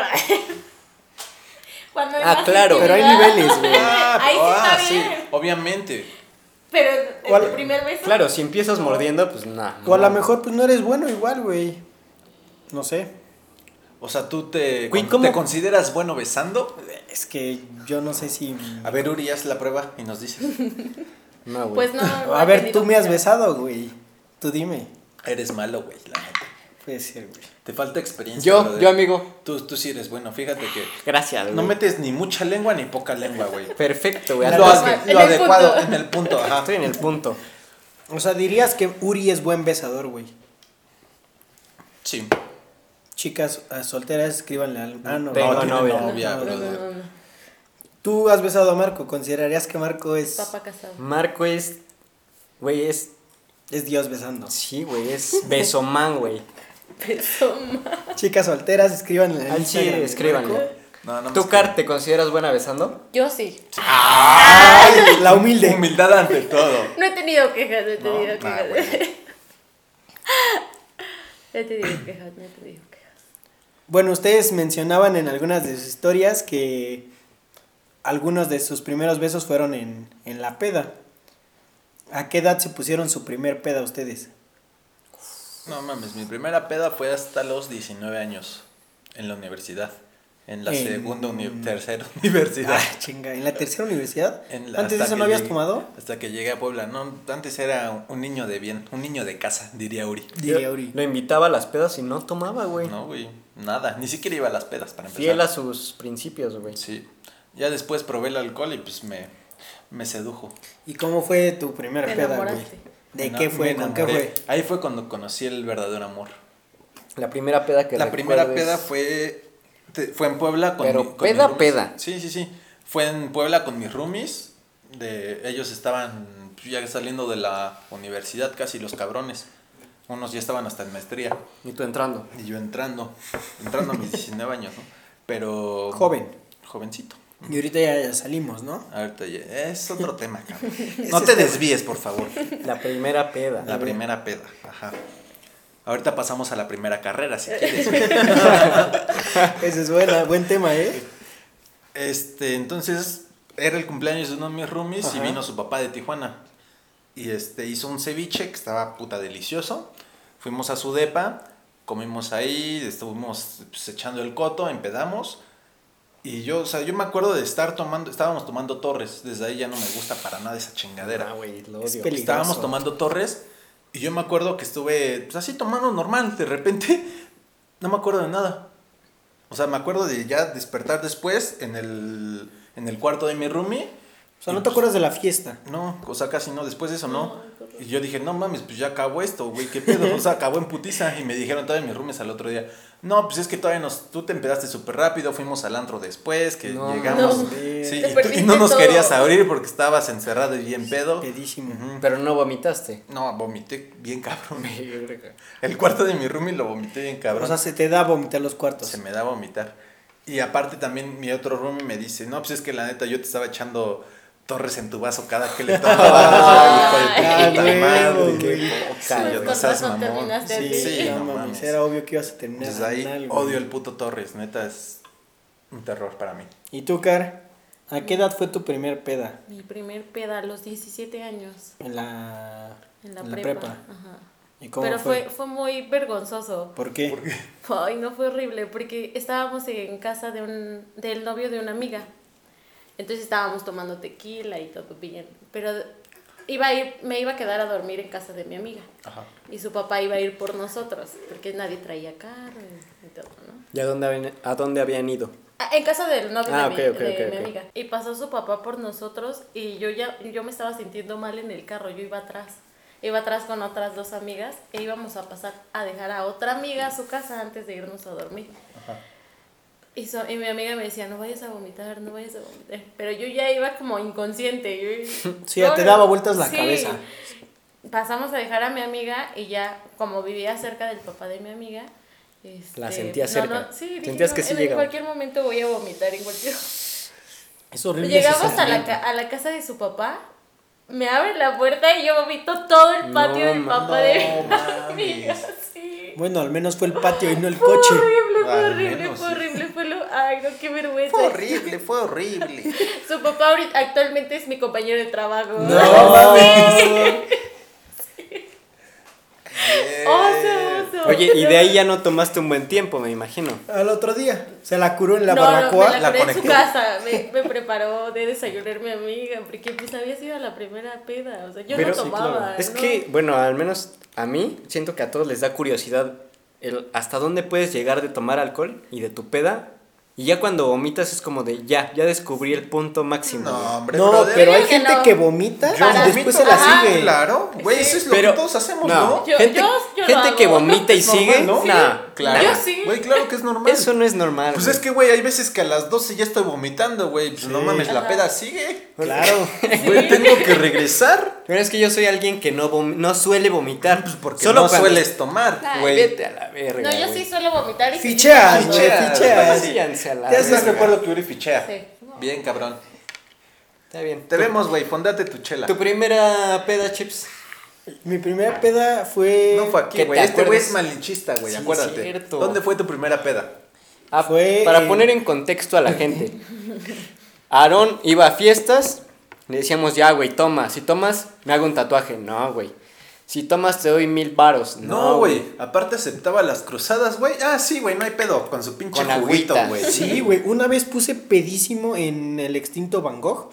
Speaker 5: Cuando hay
Speaker 2: Ah,
Speaker 5: más
Speaker 2: claro.
Speaker 3: Pero hay
Speaker 5: intimidad.
Speaker 3: niveles, güey.
Speaker 4: Ah,
Speaker 5: Ahí sí
Speaker 4: ah,
Speaker 5: está
Speaker 4: sí,
Speaker 5: bien.
Speaker 4: obviamente.
Speaker 5: Pero en
Speaker 3: ¿Cuál?
Speaker 5: tu primer beso.
Speaker 2: Claro, si empiezas mordiendo, pues nada.
Speaker 3: O a lo mejor pues no eres bueno igual, güey. No sé.
Speaker 4: O sea, ¿tú te,
Speaker 2: Güey,
Speaker 4: con-
Speaker 2: ¿cómo?
Speaker 4: te consideras bueno besando?
Speaker 3: Es que yo no sé si...
Speaker 4: A ver, Uri, haz la prueba y nos dices.
Speaker 2: No, güey.
Speaker 5: Pues no. no
Speaker 3: A
Speaker 5: he
Speaker 3: ver,
Speaker 5: tenido
Speaker 3: tú me has
Speaker 5: quejas.
Speaker 3: besado, güey. Tú dime.
Speaker 4: Eres malo, güey, la neta.
Speaker 3: Puede ser, güey.
Speaker 4: Te falta experiencia.
Speaker 2: Yo,
Speaker 4: brother.
Speaker 2: yo, amigo.
Speaker 4: Tú, tú sí eres bueno, fíjate que
Speaker 2: Gracias, güey.
Speaker 4: no metes ni mucha lengua ni poca lengua, güey.
Speaker 2: Perfecto, güey.
Speaker 4: Lo,
Speaker 2: Lo
Speaker 4: ade-
Speaker 5: En el
Speaker 4: lo adecuado,
Speaker 5: punto.
Speaker 4: en el punto, ajá.
Speaker 2: Estoy en el punto.
Speaker 3: O sea, dirías que Uri es buen besador, güey.
Speaker 4: Sí.
Speaker 3: Chicas eh, solteras, escríbanle al... Ah, no.
Speaker 2: Tengo
Speaker 3: no, tiene
Speaker 2: novia.
Speaker 4: novia,
Speaker 3: No,
Speaker 4: brother.
Speaker 5: No, no, no.
Speaker 3: Tú has besado a Marco, ¿considerarías que Marco es,
Speaker 5: Papá casado.
Speaker 2: Marco es. Güey, es.
Speaker 3: es Dios besando?
Speaker 2: Sí, güey, es besomán, güey.
Speaker 5: Pero ma-
Speaker 3: Chicas solteras, escriban
Speaker 4: Ah,
Speaker 3: en
Speaker 2: Al
Speaker 3: Instagram
Speaker 2: chile,
Speaker 3: de
Speaker 2: escríbanle.
Speaker 4: No, no me
Speaker 2: ¿Tú,
Speaker 4: escriban.
Speaker 2: Car, te consideras buena besando?
Speaker 5: Yo sí.
Speaker 3: Marco. La humilde.
Speaker 4: Humildad ante todo.
Speaker 5: No he tenido quejas, no he
Speaker 4: No,
Speaker 5: tenido
Speaker 4: nah,
Speaker 5: quejas.
Speaker 4: güey.
Speaker 5: no he tenido quejas, no he tenido quejas.
Speaker 3: Bueno, ustedes mencionaban en algunas de sus historias que algunos de sus primeros besos fueron en, en la peda. ¿A qué edad se pusieron su primer peda ustedes?
Speaker 4: No mames, mi primera peda fue hasta los 19 años en la universidad. En la
Speaker 3: En-
Speaker 4: segunda, uni- tercera universidad.
Speaker 3: Ah, chinga, ¿en la tercera universidad?
Speaker 4: En la-
Speaker 3: ¿Antes de
Speaker 4: hasta
Speaker 3: eso no
Speaker 4: que
Speaker 3: habías
Speaker 4: llegué-
Speaker 3: tomado?
Speaker 4: Hasta que llegué a Puebla. No, antes era un niño de bien, un niño de casa, diría Uri.
Speaker 3: Diría Uri.
Speaker 2: Lo invitaba a las pedas y no tomaba, güey.
Speaker 4: No, güey, nada. Ni siquiera iba a las pedas para empezar.
Speaker 2: Fiel a sus principios, güey.
Speaker 4: Sí. Ya después probé el alcohol y pues me, me sedujo.
Speaker 3: ¿Y cómo fue tu primera
Speaker 5: Te
Speaker 3: peda, güey?
Speaker 5: enamoraste.
Speaker 3: ¿De
Speaker 4: Me
Speaker 3: qué
Speaker 4: ena-
Speaker 3: fue?
Speaker 4: me
Speaker 3: ¿Con qué
Speaker 4: enamoré.
Speaker 3: fue?
Speaker 4: Ahí fue cuando conocí el verdadero amor.
Speaker 2: La primera peda que
Speaker 4: la primera
Speaker 2: recuerdes-
Speaker 4: peda fue te- fue en Puebla con
Speaker 2: Pero
Speaker 4: mi- con mis
Speaker 2: peda,
Speaker 4: roomies.
Speaker 2: peda.
Speaker 4: Sí, sí, sí. Fue en Puebla con mis roomies. De, ellos estaban ya saliendo de la universidad casi los cabrones. Unos ya estaban hasta en maestría.
Speaker 2: Y tú entrando.
Speaker 4: Y yo entrando. Entrando a mis 19 años, ¿no? Pero.
Speaker 3: Joven.
Speaker 4: Jovencito.
Speaker 3: Y ahorita ya, ya salimos, ¿no?
Speaker 4: Ahorita ya- Es otro tema, cabrón. No te desvíes, por favor.
Speaker 2: La primera peda.
Speaker 4: La primera peda. Ajá. Ahorita pasamos a la primera carrera, si quieres.
Speaker 3: Ese es buena, buen tema, ¿eh?
Speaker 4: Este, entonces, era el cumpleaños de uno de mis roomies y
Speaker 3: Ajá.
Speaker 4: vino su papá de Tijuana. Y este, hizo un ceviche que estaba puta delicioso. Fuimos a su depa, comimos ahí, estuvimos pues, echando el coto, empedamos. Y yo, o sea, yo me acuerdo de estar tomando, estábamos tomando torres. Desde ahí ya no me gusta para nada esa chingadera.
Speaker 2: Ah, güey, lo
Speaker 3: Es
Speaker 2: odio.
Speaker 3: peli- peligroso.
Speaker 4: Estábamos tomando torres y yo me acuerdo que estuve pues así tomando normal, de repente no me acuerdo de nada. O sea, me acuerdo de ya despertar después en el, en el cuarto de mi roomie. pues,
Speaker 3: O sea, no te acuerdas de la fiesta.
Speaker 4: No, o sea, casi no, después de eso no.
Speaker 5: No,
Speaker 4: Y yo dije, no mames, pues ya acabó esto, güey, qué pedo, o sea, acabó en putiza. Y me dijeron todavía mis roomies al otro día, no, pues es que todavía nos, tú te empedaste súper rápido, fuimos al antro después, que
Speaker 2: No,
Speaker 4: llegamos.
Speaker 5: no.
Speaker 4: Sí, y,
Speaker 5: Te
Speaker 4: tú- y
Speaker 5: perdiste
Speaker 4: no nos
Speaker 5: todo.
Speaker 4: querías abrir porque estabas encerrado y bien pedo.
Speaker 3: Pedísimo.
Speaker 4: Ujú.
Speaker 2: Pero no vomitaste.
Speaker 4: No, vomité bien cabrón. El cuarto de mi roomie lo vomité bien cabrón.
Speaker 3: O sea, se te da vomitar los cuartos.
Speaker 4: se me da a vomitar. Y aparte también mi otro roomie me dice, no, pues es que la neta yo te estaba echando torres en tu vaso cada que le tomaba.
Speaker 5: Ay,
Speaker 4: hijo de puta madre.
Speaker 3: güey.
Speaker 4: Sí, yo, no
Speaker 5: Con
Speaker 4: seas mamón.
Speaker 5: razón terminaste
Speaker 4: Sí,
Speaker 5: así.
Speaker 4: sí,
Speaker 3: no
Speaker 4: no
Speaker 3: mames,
Speaker 4: mames.
Speaker 3: Era obvio que ibas a terminar.
Speaker 4: Desde ahí
Speaker 3: mal, güey.
Speaker 4: odio el puto torres, neta es un terror para mí.
Speaker 3: ¿Y tú, Car? ¿A qué edad fue tu primer peda?
Speaker 5: Mi primer peda a los 17 años.
Speaker 3: En la,
Speaker 5: En la,
Speaker 3: en
Speaker 5: prepa. Ajá.
Speaker 3: ¿Y cómo
Speaker 5: Pero
Speaker 3: fue?
Speaker 5: fue? Fue, muy vergonzoso.
Speaker 3: ¿Por qué?
Speaker 5: Ay, no fue horrible, porque estábamos en casa de un, del novio de una amiga. Entonces estábamos tomando tequila y todo bien. Pero iba a ir, me iba a quedar a dormir en casa de mi amiga.
Speaker 4: Ajá.
Speaker 5: Y su papá iba a ir por nosotros, porque nadie traía carro y- y todo, ¿no?
Speaker 2: ¿Y a dónde, habían- a dónde habían ido?
Speaker 5: Ah, En casa del novio
Speaker 2: Ah,
Speaker 5: de,
Speaker 2: ok,
Speaker 5: mi,
Speaker 2: ok,
Speaker 5: de
Speaker 2: ok,
Speaker 5: mi
Speaker 2: ok.
Speaker 5: amiga. Y pasó su papá por nosotros y yo ya yo me estaba sintiendo mal en el carro, yo iba atrás. Iba atrás con otras dos amigas e íbamos a pasar a dejar a otra amiga a su casa antes de irnos a dormir. Y, so- y mi amiga me decía, no vayas a vomitar, no vayas a vomitar. Pero yo ya iba como inconsciente. Yo,
Speaker 3: Sí, ya te daba vueltas la cabeza.
Speaker 5: Pasamos a dejar a mi amiga y ya, como vivía cerca del papá de mi amiga, este,
Speaker 2: La sentías cerca.
Speaker 5: sí, dije,
Speaker 2: Sentías
Speaker 5: "No,
Speaker 2: que sí
Speaker 5: en
Speaker 2: llegaba".
Speaker 5: cualquier momento voy a vomitar, en cualquier
Speaker 3: Es horrible. ese
Speaker 5: Llegamos a la,
Speaker 3: sentimiento.
Speaker 5: ca- a la casa de su papá, me abre la puerta y yo vomito todo el patio
Speaker 2: No,
Speaker 5: del
Speaker 2: ma-
Speaker 5: papá de
Speaker 4: no
Speaker 5: mi amiga.
Speaker 4: mames.
Speaker 5: Sí.
Speaker 3: Bueno, al menos fue el patio y no el coche.
Speaker 5: Fue horrible, fue
Speaker 4: Al
Speaker 5: horrible,
Speaker 4: menos,
Speaker 5: fue
Speaker 4: sí.
Speaker 5: horrible, fue lo... Ay, no, qué vergüenza.
Speaker 4: Fue horrible, fue horrible.
Speaker 5: Su papá ahorita- actualmente es mi compañero de trabajo.
Speaker 3: No mames.
Speaker 5: Oso, oso.
Speaker 2: Oye, y de ahí ya no tomaste un buen tiempo, me imagino.
Speaker 3: Al otro día. Se la curó en la
Speaker 5: no,
Speaker 3: barbacoa.
Speaker 5: no, me
Speaker 4: la
Speaker 5: la curé en su
Speaker 4: conectó.
Speaker 5: casa. Me, me preparó de desayunar mi amiga, porque pues había sido la primera peda. O sea, yo
Speaker 2: Pero-
Speaker 5: no tomaba.
Speaker 2: Es
Speaker 5: ¿no?
Speaker 2: que, bueno, al menos a mí siento que a todos les da curiosidad el hasta dónde puedes llegar de tomar alcohol y de tu peda. Y ya cuando vomitas es como de ya, ya descubrí el punto máximo.
Speaker 4: No,
Speaker 2: güey.
Speaker 4: hombre,
Speaker 3: no,
Speaker 4: brother.
Speaker 3: pero hay
Speaker 5: Yo que
Speaker 3: gente
Speaker 5: no.
Speaker 3: que vomita
Speaker 4: Yo
Speaker 5: Para-
Speaker 3: y después se la
Speaker 5: Ajá.
Speaker 3: sigue.
Speaker 4: Ah, Claro, güey, eso es lo
Speaker 2: Pero-
Speaker 4: que todos hacemos,
Speaker 2: no.
Speaker 4: ¿no?
Speaker 5: Yo,
Speaker 2: Gente-
Speaker 5: yo, yo yo lo
Speaker 2: Gente
Speaker 5: hago.
Speaker 2: que vomita y sigue.
Speaker 4: normal, ¿no?
Speaker 2: nah,
Speaker 4: Claro.
Speaker 5: Yo sí.
Speaker 4: Güey, claro que es normal.
Speaker 2: Eso no es normal.
Speaker 4: Pues
Speaker 2: güey.
Speaker 4: es que, güey, hay veces que a las 12 ya estoy vomitando, güey. Pues no mames, la
Speaker 5: Ajá.
Speaker 4: peda sigue.
Speaker 3: Claro.
Speaker 4: Güey, tengo que regresar.
Speaker 2: Pero es que yo soy alguien que no, vom- no suele vomitar.
Speaker 4: Pues porque
Speaker 2: Solo
Speaker 4: no
Speaker 2: cuando-
Speaker 4: sueles tomar.
Speaker 5: Claro.
Speaker 2: Güey, vete a la verga.
Speaker 5: No, yo
Speaker 2: güey.
Speaker 5: sí suelo vomitar y
Speaker 3: Ficheas,
Speaker 5: seguir
Speaker 3: güey,
Speaker 4: Ficheas,
Speaker 5: tomando.
Speaker 3: ficheas.
Speaker 4: güey, sí.
Speaker 2: Váyanse a la
Speaker 3: Ya
Speaker 4: Eso es
Speaker 2: verga.
Speaker 4: recuerdo que Uri fichea.
Speaker 5: Sí. No.
Speaker 4: Bien, cabrón.
Speaker 2: Está bien.
Speaker 4: Te
Speaker 2: Tu-
Speaker 4: vemos, güey. Fondate tu chela.
Speaker 2: Tu primera peda chips.
Speaker 3: Mi primera peda fue.
Speaker 4: No fue
Speaker 2: que
Speaker 4: aquí,
Speaker 2: te
Speaker 4: güey. Este güey
Speaker 2: acuerdes.
Speaker 4: es malinchista, güey.
Speaker 2: Sí,
Speaker 4: acuérdate.
Speaker 2: cierto.
Speaker 4: ¿Dónde fue tu primera peda?
Speaker 2: Ah,
Speaker 3: Fue
Speaker 2: para
Speaker 3: en-
Speaker 2: poner en contexto a la gente. Aarón iba a fiestas, le decíamos, ya, güey, toma. Si tomas, me hago un tatuaje. No, güey. Si tomas, te doy mil varos.
Speaker 4: No, güey. Aparte aceptaba las cruzadas, güey. Ah, sí, güey. No hay pedo. Con su pinche
Speaker 2: Con
Speaker 4: juguito,
Speaker 2: agüita.
Speaker 4: güey.
Speaker 3: Sí, güey. Una vez puse pedísimo en el extinto Van Gogh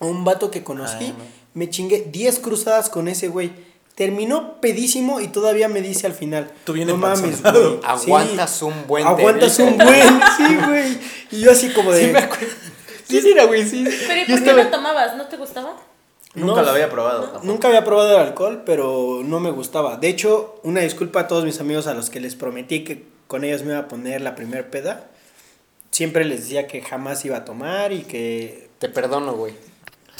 Speaker 3: a un vato que conocí. Me chingué 10 cruzadas con ese güey. Terminó pedísimo y todavía me dice al final.
Speaker 4: Tú bien empanzonado".
Speaker 3: güey.
Speaker 2: Aguantas un buen
Speaker 3: Aguantas
Speaker 2: tenis".
Speaker 3: un buen, sí, güey. Y yo así como de.
Speaker 2: Sí, me acuerdo. ¿Quién era, güey? Sí.
Speaker 5: Pero ¿y
Speaker 2: Yo
Speaker 5: por qué
Speaker 2: estaba-
Speaker 5: lo tomabas? ¿No te gustaba?
Speaker 4: Nunca
Speaker 3: No,
Speaker 4: lo había probado. tampoco.
Speaker 3: Nunca había probado el alcohol, pero no me gustaba. De hecho, una disculpa a todos mis amigos a los que les prometí que con ellos me iba a poner la primer peda. Siempre les decía que jamás iba a tomar y que
Speaker 2: Te perdono, güey.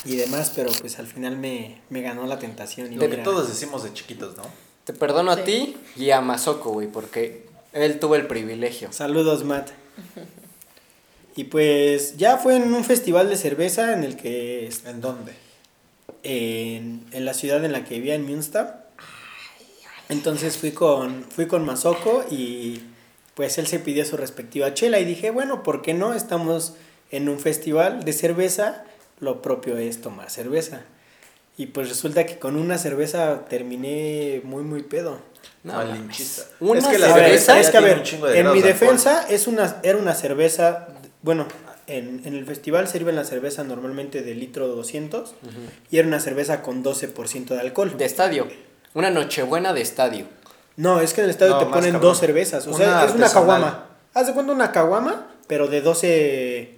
Speaker 3: y demás, pero pues al final me, me ganó la tentación. Y
Speaker 4: Lo que
Speaker 3: mira,
Speaker 4: todos decimos de chiquitos, ¿no?
Speaker 2: Te perdono
Speaker 5: Sí.
Speaker 2: a ti y a Masoko, güey, porque él tuvo el privilegio.
Speaker 3: Saludos, Matt. Y pues ya fue en un festival de cerveza en el que este,
Speaker 4: ¿En dónde?
Speaker 3: en, en la ciudad en la que vivía, en Münster. Entonces fui con, fui con Masoko y pues él se pidió su respectiva chela y dije, bueno, ¿por qué no? Estamos en un festival de cerveza, lo propio es tomar cerveza. Y pues resulta que con una cerveza terminé muy, muy pedo.
Speaker 2: No,
Speaker 4: Malinchista.
Speaker 2: mames. Una
Speaker 4: Es que la
Speaker 3: A ver,
Speaker 2: cerveza
Speaker 4: cerveza
Speaker 3: es que a
Speaker 4: tiene
Speaker 3: ver,
Speaker 4: un chingo de
Speaker 3: en
Speaker 4: grados
Speaker 3: mi
Speaker 4: de alcohol.
Speaker 3: defensa es una, era una cerveza, bueno, en, en el festival sirven la cerveza normalmente de litro 200 y era una cerveza con 12% de alcohol.
Speaker 2: de estadio. Una nochebuena de estadio.
Speaker 3: No, es que en el estadio
Speaker 4: No,
Speaker 3: te
Speaker 4: más
Speaker 3: ponen
Speaker 4: cabrón.
Speaker 3: dos cervezas. O sea,
Speaker 4: Una
Speaker 3: es una
Speaker 4: artesanal.
Speaker 3: caguama. Haz de cuenta una caguama, pero de 12,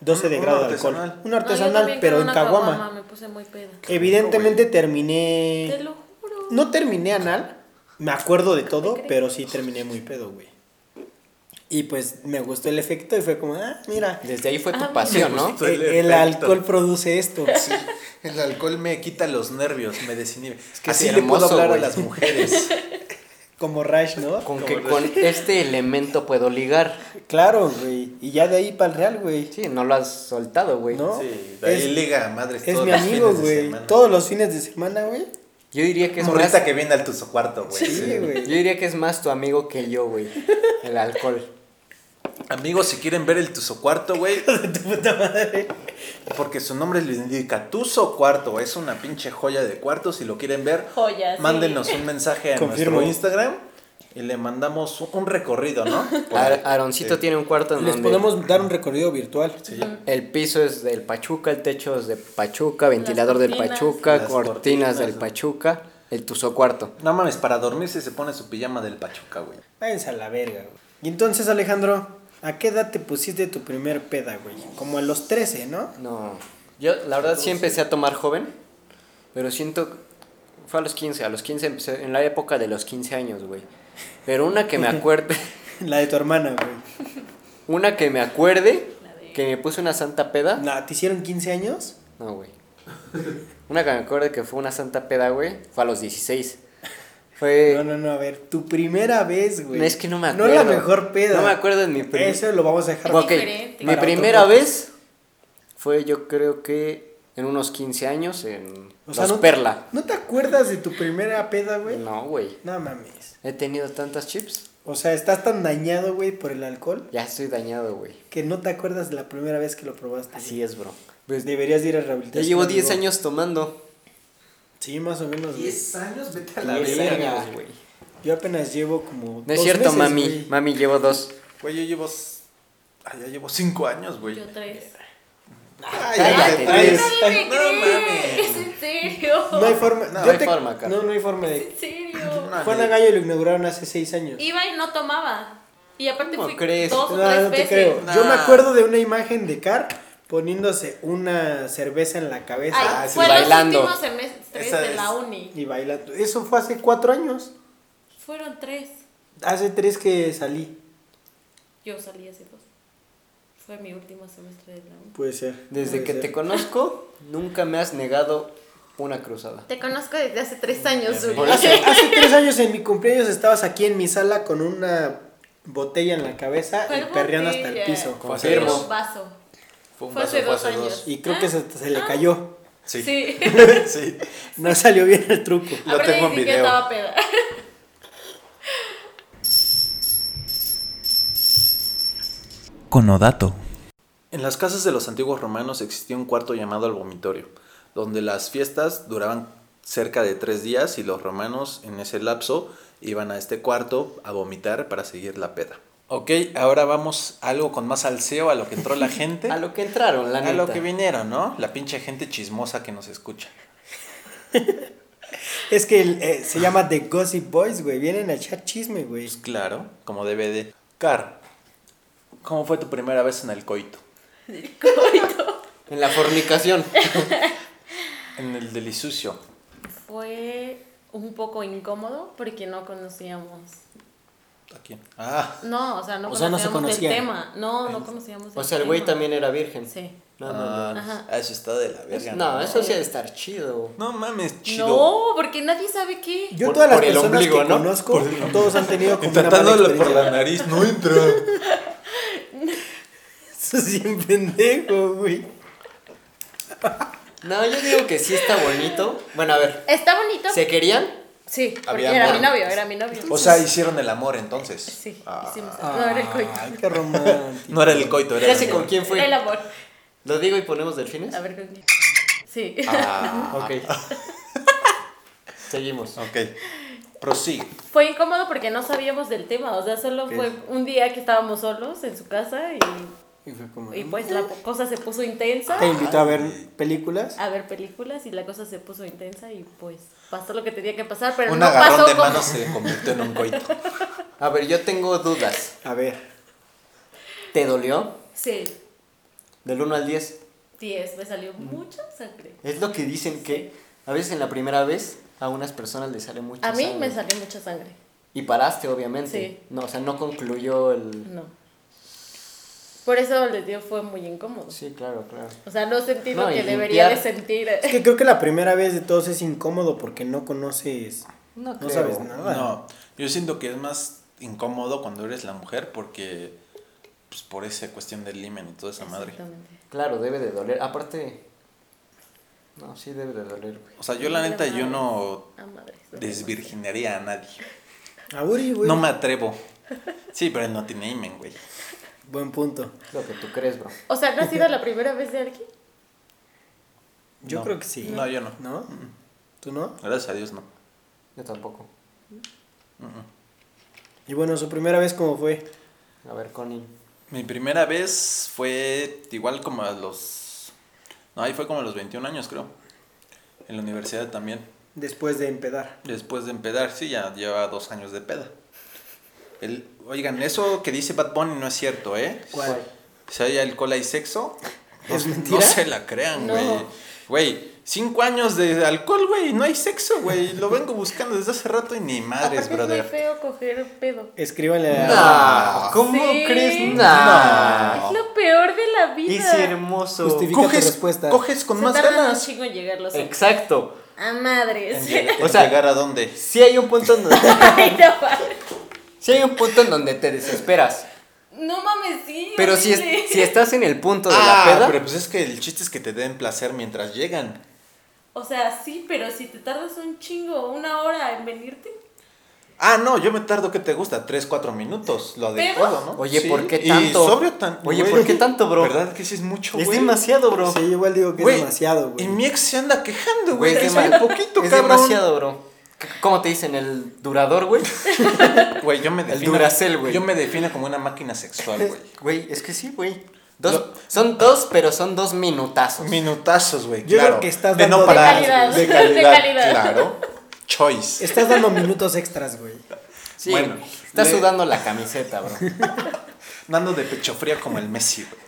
Speaker 3: 12 de
Speaker 4: Mm, Una
Speaker 3: grado de alcohol.
Speaker 4: artesanal.
Speaker 3: Una
Speaker 5: No, yo
Speaker 3: artesanal,
Speaker 5: también
Speaker 3: pero
Speaker 5: con
Speaker 3: en
Speaker 5: una
Speaker 3: caguama.
Speaker 5: Me puse muy peda.
Speaker 3: Evidentemente
Speaker 5: Te
Speaker 3: terminé.
Speaker 5: lo juro.
Speaker 3: No terminé anal. Me acuerdo de todo, pero sí terminé muy pedo, güey. Y pues me gustó el efecto y fue como, ah, mira,
Speaker 2: Desde ahí fue
Speaker 5: Ah,
Speaker 2: tu
Speaker 5: mira.
Speaker 2: pasión,
Speaker 4: Me
Speaker 2: ¿no?
Speaker 4: gustó.
Speaker 3: el,
Speaker 4: el
Speaker 3: el
Speaker 4: efecto.
Speaker 3: alcohol produce esto.
Speaker 4: El alcohol me quita los nervios, me desinhibe.
Speaker 2: que
Speaker 4: Así
Speaker 2: es
Speaker 4: le puedo
Speaker 2: hermoso,
Speaker 4: hablar
Speaker 2: güey.
Speaker 4: a las mujeres.
Speaker 3: Como Rash, ¿no?
Speaker 2: Con que con este elemento puedo ligar.
Speaker 3: Claro, güey. Y ya de ahí para el real, güey.
Speaker 2: Sí, no lo has soltado, güey.
Speaker 3: No.
Speaker 4: Sí, de ahí
Speaker 3: Es-
Speaker 4: liga a
Speaker 3: Es
Speaker 4: madres pues, todos
Speaker 3: mi
Speaker 4: los
Speaker 3: amigo,
Speaker 4: fines de
Speaker 3: güey.
Speaker 4: semana.
Speaker 3: Todos los fines de semana, güey.
Speaker 2: Yo diría que es
Speaker 4: Morrita
Speaker 2: más.
Speaker 4: que viene al tuzo cuarto, güey.
Speaker 3: Sí,
Speaker 2: Yo
Speaker 3: güey.
Speaker 2: diría que es más tu amigo que yo, güey. El alcohol.
Speaker 4: Amigos, si quieren ver el tuzo cuarto, güey. Porque su nombre lo indica. Tuzo cuarto, es una pinche joya de cuartos. Si lo quieren ver,
Speaker 5: Joya, sí.
Speaker 4: mándenos un mensaje a
Speaker 3: Confirmo.
Speaker 4: nuestro Instagram y le mandamos un- un recorrido, ¿no? Por-
Speaker 2: Ar- Aroncito
Speaker 4: Sí.
Speaker 2: tiene un cuarto en
Speaker 3: Les
Speaker 2: donde
Speaker 3: podemos dar un recorrido virtual.
Speaker 4: Sí.
Speaker 2: el piso es del Pachuca, el techo es de Pachuca, ventilador del
Speaker 5: cortinas.
Speaker 2: Pachuca,
Speaker 4: Las
Speaker 2: cortinas,
Speaker 4: cortinas,
Speaker 2: del
Speaker 4: ¿no?
Speaker 2: Pachuca, el tuzo cuarto.
Speaker 4: No mames, para dormirse se pone su pijama del Pachuca, güey.
Speaker 3: Váyanse a la verga, güey. Y entonces, Alejandro, ¿a qué edad te pusiste tu primer peda, güey? Como a los 13, ¿no?
Speaker 2: No. Yo, la verdad, sí empecé a tomar joven, pero siento. Fue a los 15, a los 15 empecé, en la época de los 15 años, güey. Pero una que me acuerde,
Speaker 3: La de tu hermana, güey.
Speaker 2: una que me acuerde, que me puse una santa peda.
Speaker 3: Nah, ¿Te hicieron 15 años?
Speaker 2: No, güey. Una que me acuerde que fue una santa peda, güey, fue a los 16. Fue.
Speaker 3: No, no, no, a ver. Tu primera vez, güey.
Speaker 2: No, es que no me
Speaker 3: No la
Speaker 2: acuerdo.
Speaker 3: mejor peda.
Speaker 2: No me acuerdo en mi prim-
Speaker 3: Eso lo vamos a dejar.
Speaker 2: Ok,
Speaker 5: diferente.
Speaker 2: mi
Speaker 3: Para otro
Speaker 2: primera
Speaker 3: podcast.
Speaker 2: vez fue, yo creo que en unos 15 años en
Speaker 3: O
Speaker 2: Los
Speaker 3: sea, no-
Speaker 2: Perla.
Speaker 3: ¿No te acuerdas de tu primera peda, güey?
Speaker 2: No, güey.
Speaker 3: No mames.
Speaker 2: He tenido tantas chips.
Speaker 3: O sea, estás tan dañado, güey, por el alcohol
Speaker 2: Ya estoy dañado, güey.
Speaker 3: que no te acuerdas de la primera vez que lo probaste.
Speaker 2: Así es, bro.
Speaker 3: Pues deberías de ir a
Speaker 2: Ya
Speaker 3: rehabilitación.
Speaker 2: llevo 10
Speaker 3: amigo.
Speaker 2: años tomando.
Speaker 3: Sí, más o menos. güey.
Speaker 4: años, vete a
Speaker 2: 10
Speaker 3: verga.
Speaker 2: años, güey.
Speaker 3: Yo apenas llevo como.
Speaker 2: No es
Speaker 3: dos
Speaker 2: cierto,
Speaker 3: meses,
Speaker 2: mami.
Speaker 3: güey.
Speaker 2: Mami, llevo dos.
Speaker 4: Güey, yo llevo. s- Ay, ya llevo cinco años, güey.
Speaker 5: Yo tres.
Speaker 4: Ay,
Speaker 2: Cállate,
Speaker 4: de
Speaker 2: tú
Speaker 4: tres.
Speaker 2: eres-
Speaker 5: Nadie me
Speaker 4: No
Speaker 5: cree.
Speaker 4: mames.
Speaker 5: Es en serio.
Speaker 3: No hay forma.
Speaker 4: No,
Speaker 3: yo
Speaker 2: hay forma, Carlos.
Speaker 3: No, no hay forma de.
Speaker 5: En serio.
Speaker 4: No,
Speaker 3: Juana Gallo lo inauguraron hace seis años.
Speaker 5: Iba y no tomaba. Y aparte
Speaker 2: ¿Cómo
Speaker 5: fui
Speaker 2: crees?
Speaker 5: dos o
Speaker 3: No,
Speaker 5: tres
Speaker 3: no te
Speaker 5: veces.
Speaker 3: creo.
Speaker 4: Nah.
Speaker 3: Yo me acuerdo de una imagen de Car poniéndose una cerveza en la cabeza
Speaker 5: Ay,
Speaker 4: Ah, sí,
Speaker 5: fue los
Speaker 2: bailando.
Speaker 5: últimos semestres
Speaker 4: Esa
Speaker 5: de
Speaker 4: es-
Speaker 5: la uni.
Speaker 3: y bailando. Eso fue hace cuatro años.
Speaker 5: Fueron tres.
Speaker 3: Hace tres que salí.
Speaker 5: Yo salí hace dos. Fue mi último semestre de la U.
Speaker 3: Puede ser.
Speaker 2: Desde
Speaker 3: puede
Speaker 2: que
Speaker 3: ser.
Speaker 2: te conozco, nunca me has negado una cruzada.
Speaker 5: Te conozco desde hace tres años,
Speaker 4: Uri.
Speaker 5: Uri.
Speaker 4: Por
Speaker 3: Hace, hace tres años en mi cumpleaños estabas aquí en mi sala con una botella en la cabeza
Speaker 5: Fue
Speaker 3: y perreando hasta el
Speaker 5: botella.
Speaker 3: piso.
Speaker 4: Fue hace
Speaker 2: Confirmo.
Speaker 4: dos.
Speaker 5: vaso.
Speaker 4: Fue un
Speaker 5: Fue
Speaker 4: vaso,
Speaker 5: hace
Speaker 4: fue
Speaker 5: dos
Speaker 4: hace
Speaker 5: años.
Speaker 4: dos.
Speaker 3: Y creo que se, se
Speaker 5: Ah.
Speaker 3: le cayó.
Speaker 4: Sí.
Speaker 5: Sí.
Speaker 4: sí.
Speaker 3: No salió bien el truco.
Speaker 4: Lo
Speaker 5: Aparte
Speaker 4: tengo en
Speaker 5: ni siquiera
Speaker 4: video.
Speaker 5: estaba peda.
Speaker 4: Conodato. En las casas de los antiguos romanos existía un cuarto llamado el vomitorio, donde las fiestas duraban cerca de tres días y los romanos en ese lapso iban a este cuarto a vomitar para seguir la peda. Ok, ahora vamos a algo con más alceo a lo que entró la gente.
Speaker 2: A lo que entraron, la neta.
Speaker 4: a lo que vinieron, ¿no? La pinche gente chismosa que nos escucha.
Speaker 3: Es que el, eh, se llama The Gossip Boys, güey. Vienen a echar chisme, güey.
Speaker 4: Pues claro, como debe de. Car, ¿cómo fue tu primera vez en el coito?
Speaker 2: En la fornicación.
Speaker 4: En el delisucio.
Speaker 5: Fue un poco incómodo porque no conocíamos.
Speaker 4: ¿A quién? Ah,
Speaker 5: No, o sea, no
Speaker 3: O sea, no
Speaker 5: conocíamos
Speaker 3: se
Speaker 5: el
Speaker 3: conocían.
Speaker 5: tema. No, no conocíamos
Speaker 2: O sea, el güey
Speaker 5: tema.
Speaker 2: también era virgen.
Speaker 5: Sí.
Speaker 2: No, no, no.
Speaker 5: Ajá.
Speaker 4: ah, eso está de la verga.
Speaker 2: Es- No, eso sí ha de estar chido.
Speaker 4: No mames, chido.
Speaker 5: No, porque nadie sabe qué.
Speaker 3: Yo
Speaker 2: Por-
Speaker 3: todas las
Speaker 2: por el
Speaker 3: personas
Speaker 2: ombligo,
Speaker 3: que
Speaker 2: ¿no?
Speaker 3: conozco, todos han tenido como una mala
Speaker 4: Intentándolo por la
Speaker 3: experiencia.
Speaker 4: nariz, no entra.
Speaker 3: Eso es bien pendejo, güey.
Speaker 2: No, yo digo que sí está bonito. Bueno, a ver.
Speaker 5: ¿Está bonito?
Speaker 2: ¿Se querían?
Speaker 5: Sí, porque
Speaker 4: Había
Speaker 5: era
Speaker 4: amor.
Speaker 5: mi novio, era mi novio.
Speaker 4: O sea, hicieron el amor entonces.
Speaker 5: sí,
Speaker 4: Ah,
Speaker 5: hicimos. No, era el coito.
Speaker 3: Ay, qué romántico.
Speaker 4: no era el coito, era
Speaker 2: Ya
Speaker 4: el
Speaker 2: sé con
Speaker 4: amor.
Speaker 2: quién
Speaker 5: Era el
Speaker 2: fue.
Speaker 5: amor.
Speaker 2: ¿Lo digo y ponemos delfines?
Speaker 5: A ver con quién. Sí.
Speaker 4: Ah,
Speaker 2: Ok. Seguimos.
Speaker 4: ok. Prosigue.
Speaker 5: Fue incómodo porque no sabíamos del tema, o sea, solo
Speaker 3: Ok.
Speaker 5: fue un día que estábamos solos en su casa y,
Speaker 3: Y fue como, "Mm,
Speaker 5: y pues la po- cosa se puso intensa.
Speaker 3: Te invito a ver películas.
Speaker 5: A ver películas y la cosa se puso intensa y pues pasó lo que tenía que pasar, pero
Speaker 4: un
Speaker 5: no
Speaker 4: agarrón
Speaker 5: pasó
Speaker 4: de
Speaker 5: como...
Speaker 4: manos se convirtió en un coito.
Speaker 2: A ver, yo tengo dudas.
Speaker 3: A ver.
Speaker 2: ¿Te dolió?
Speaker 5: Sí,
Speaker 2: Del 1 al 10.
Speaker 5: 10, me salió mucha sangre.
Speaker 2: Es lo que dicen que a veces en la primera vez a unas personas les sale mucho.
Speaker 5: A mí
Speaker 2: sangre.
Speaker 5: me salió mucha sangre,
Speaker 2: Y paraste, obviamente.
Speaker 5: Sí.
Speaker 2: No, o sea, no concluyó el.
Speaker 5: no. Por eso les dio fue muy incómodo.
Speaker 2: Sí, claro, claro.
Speaker 5: O sea, no sentí
Speaker 2: No,
Speaker 5: lo
Speaker 2: y
Speaker 5: que debería de
Speaker 2: limpiar.
Speaker 5: sentir.
Speaker 3: Es que creo que la primera vez de todos es incómodo porque no conoces.
Speaker 2: No,
Speaker 3: No
Speaker 2: creo.
Speaker 3: sabes nada.
Speaker 4: No, yo siento que es más incómodo cuando eres la mujer porque. Pues por esa cuestión del limen y toda esa madre.
Speaker 5: Exactamente.
Speaker 2: Claro, debe de doler. Aparte. No, sí debe de doler, güey.
Speaker 4: O sea, yo la neta, yo no
Speaker 5: A madres.
Speaker 4: desvirginaría a nadie.
Speaker 3: A Uri, güey.
Speaker 4: No me atrevo. Sí, pero él no tiene imen, güey.
Speaker 3: Buen punto.
Speaker 2: Lo que tú crees, bro.
Speaker 5: O sea, ¿no ha sido la primera vez de alguien?
Speaker 3: Yo
Speaker 4: No.
Speaker 3: creo que sí.
Speaker 4: No, yo no.
Speaker 3: ¿No? ¿Tú no?
Speaker 4: Gracias a Dios, no.
Speaker 2: Yo tampoco.
Speaker 3: Y bueno, su primera vez, ¿cómo fue?
Speaker 2: A ver, Connie.
Speaker 4: Mi primera vez fue igual como a los... No, ahí fue como a los 21 años, creo. En la universidad también.
Speaker 3: Después de empedar.
Speaker 4: Después de empedar, sí, ya lleva dos años de peda. El, oigan, eso que dice Bad Bunny no es cierto, ¿eh?
Speaker 3: ¿Cuál?
Speaker 4: Si hay alcohol, hay sexo. No,
Speaker 3: ¿Es
Speaker 4: se- no
Speaker 3: mentira?
Speaker 4: se la crean,
Speaker 5: No.
Speaker 4: güey. Güey, cinco años de alcohol, güey, no hay sexo, güey. Lo vengo buscando desde hace rato y ni madres,
Speaker 5: Aparte Es muy
Speaker 4: Ah, brother.
Speaker 5: feo coger pedo.
Speaker 3: Escríbanle a.
Speaker 2: Nah, ¿Cómo
Speaker 5: Sí.
Speaker 2: crees?
Speaker 4: Nah.
Speaker 2: Nah.
Speaker 5: Es lo peor de la vida.
Speaker 2: Y si hermoso.
Speaker 3: Justifica- tu
Speaker 4: Coges,
Speaker 3: respuesta.
Speaker 4: coges con
Speaker 5: Se
Speaker 4: más
Speaker 5: tardan
Speaker 4: ganas.
Speaker 5: un chingo en llegar los hombres.
Speaker 2: Exacto.
Speaker 5: A madres.
Speaker 4: O
Speaker 2: O
Speaker 4: sea,
Speaker 2: sea-
Speaker 4: llegar a dónde.
Speaker 2: Si hay un punto en donde,
Speaker 5: Ay, no, mames.
Speaker 2: sí hay un punto en donde te desesperas.
Speaker 5: no mames, sí.
Speaker 2: Pero si, es-
Speaker 5: horrible.
Speaker 2: si estás en el punto de
Speaker 4: Ah,
Speaker 2: la peda.
Speaker 4: pero pues es que el chiste es que te den placer mientras llegan.
Speaker 5: O sea, sí, pero si te tardas un chingo, una hora en venirte.
Speaker 4: Ah, no, yo me tardo, ¿qué te gusta? Tres, cuatro minutos, lo
Speaker 5: ¿Pero?
Speaker 4: adecuado, ¿no?
Speaker 2: Oye,
Speaker 4: Sí,
Speaker 2: ¿por qué
Speaker 4: y
Speaker 2: tanto?
Speaker 4: sobrio tan-
Speaker 2: Oye,
Speaker 4: güey.
Speaker 2: ¿por qué tanto, bro?
Speaker 4: ¿Verdad que sí es mucho,
Speaker 2: Es
Speaker 4: güey?
Speaker 2: demasiado, bro.
Speaker 3: Sí, igual digo que
Speaker 4: Güey,
Speaker 3: es demasiado, güey.
Speaker 4: Y mi ex se anda quejando,
Speaker 2: Güey,
Speaker 4: güey.
Speaker 2: es
Speaker 4: Es un
Speaker 2: dema-
Speaker 4: poquito,
Speaker 2: es
Speaker 4: cabrón.
Speaker 2: demasiado, bro. C- ¿Cómo te dicen? ¿El durador, güey?
Speaker 4: Güey, yo me defino.
Speaker 2: Duracell, güey.
Speaker 4: Yo me defino como una máquina sexual, güey.
Speaker 2: Güey, es que sí, güey. Dos, son dos, pero son dos minutazos.
Speaker 4: Minutazos, güey.
Speaker 3: Yo creo
Speaker 4: claro.
Speaker 3: que estás
Speaker 4: de no
Speaker 3: dando- De
Speaker 4: parar.
Speaker 5: calidad.
Speaker 4: De
Speaker 5: De
Speaker 4: calidad.
Speaker 5: calidad.
Speaker 4: Claro. Choice.
Speaker 3: Estás dando minutos extras, güey.
Speaker 2: sí,
Speaker 4: bueno,
Speaker 2: güey. Estás
Speaker 4: le-
Speaker 2: sudando la camiseta, bro.
Speaker 4: Dando de pecho fría como el Messi, güey.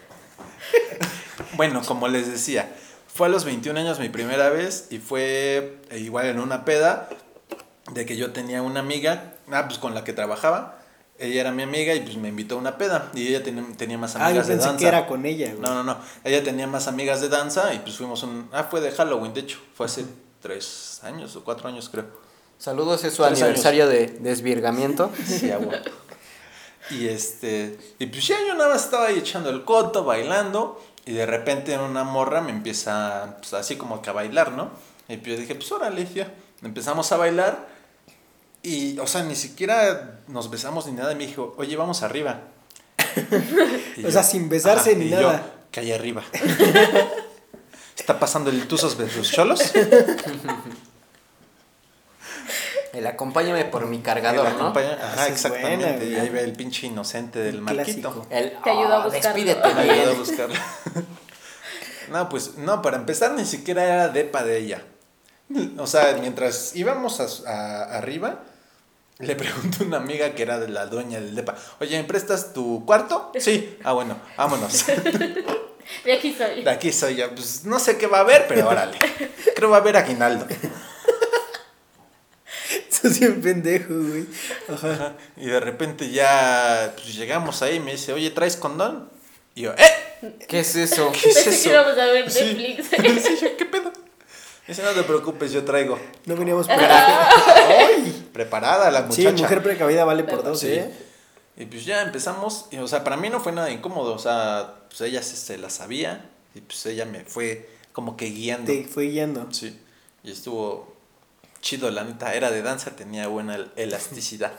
Speaker 4: Bueno, como les decía, fue a los 21 años mi primera vez y fue eh, igual en una peda de que yo tenía una amiga ah, pues con la que trabajaba. Ella era mi amiga y pues me invitó a una peda. Y ella tenía, tenía más
Speaker 3: Ah, yo
Speaker 4: amigas de
Speaker 3: pensé
Speaker 4: danza.
Speaker 3: que era con ella, güey.
Speaker 4: No, no, no. Ella tenía más amigas de danza y pues fuimos un. Ah, fue de Halloween, de hecho. Fue hace tres años o cuatro años, creo.
Speaker 2: Saludos, es su
Speaker 4: Tres
Speaker 2: aniversario de desvirgamiento.
Speaker 4: Sí, agua. Y este. Y pues ya yo nada más estaba ahí echando el coto, bailando. Y de repente una morra me empieza pues, así como que a bailar, ¿no? Y pues yo dije, pues órale, ya. Empezamos a bailar. Y, o sea, ni siquiera nos besamos ni nada. Y me dijo, oye, vamos arriba. Y
Speaker 3: O sea, sin besarse ni
Speaker 4: y
Speaker 3: nada.
Speaker 4: Yo, que hay arriba. Está pasando el tuzos versus cholos.
Speaker 2: El acompáñame por mi cargador,
Speaker 4: El
Speaker 2: ¿no?
Speaker 3: Ah,
Speaker 4: acompaña-
Speaker 3: Esa
Speaker 4: Ajá,
Speaker 3: es
Speaker 4: exactamente.
Speaker 3: buena,
Speaker 4: y
Speaker 3: güey.
Speaker 4: ahí ve el pinche inocente del
Speaker 3: Un
Speaker 4: marquito.
Speaker 3: clásico.
Speaker 2: El,
Speaker 5: Te ayuda a
Speaker 2: "Ah,
Speaker 5: buscarlo".
Speaker 2: Despídete
Speaker 4: Me ayudó a
Speaker 2: bien.
Speaker 4: buscarla. no, pues, no, para empezar ni siquiera era depa de ella. O sea, mientras íbamos a su- a- arriba, le pregunto a una amiga que era de la dueña del depa, oye, ¿me prestas tu cuarto? Sí. Ah, bueno, vámonos.
Speaker 5: Y aquí soy.
Speaker 4: De aquí soy yo. Pues no sé qué va a haber, pero órale. Creo va a haber aguinaldo.
Speaker 3: Sos bien pendejo, güey. Ajá.
Speaker 4: Y de repente ya pues, llegamos ahí y me dice, oye, ¿traes condón? Y yo, ¡eh!
Speaker 2: ¿Qué es eso?
Speaker 4: ¿Qué es
Speaker 5: Pensé que
Speaker 4: eso?
Speaker 5: íbamos a ver
Speaker 4: Sí.
Speaker 5: Netflix.
Speaker 4: Sí, yo, ¿Qué pedo? Dice, no te preocupes, yo traigo.
Speaker 3: No veníamos por
Speaker 4: ¡Ay! Preparada la
Speaker 3: Sí,
Speaker 4: muchacha.
Speaker 3: mujer precavida vale por dos,
Speaker 4: Sí.
Speaker 3: ¿eh?
Speaker 4: Y pues ya empezamos. Y, o sea, para mí no fue nada incómodo. O sea, pues ella se, se la sabía. Y pues ella me fue como que guiando.
Speaker 3: Te fue guiando.
Speaker 4: Sí. Y estuvo chido, la neta. Era de danza, tenía buena el- elasticidad.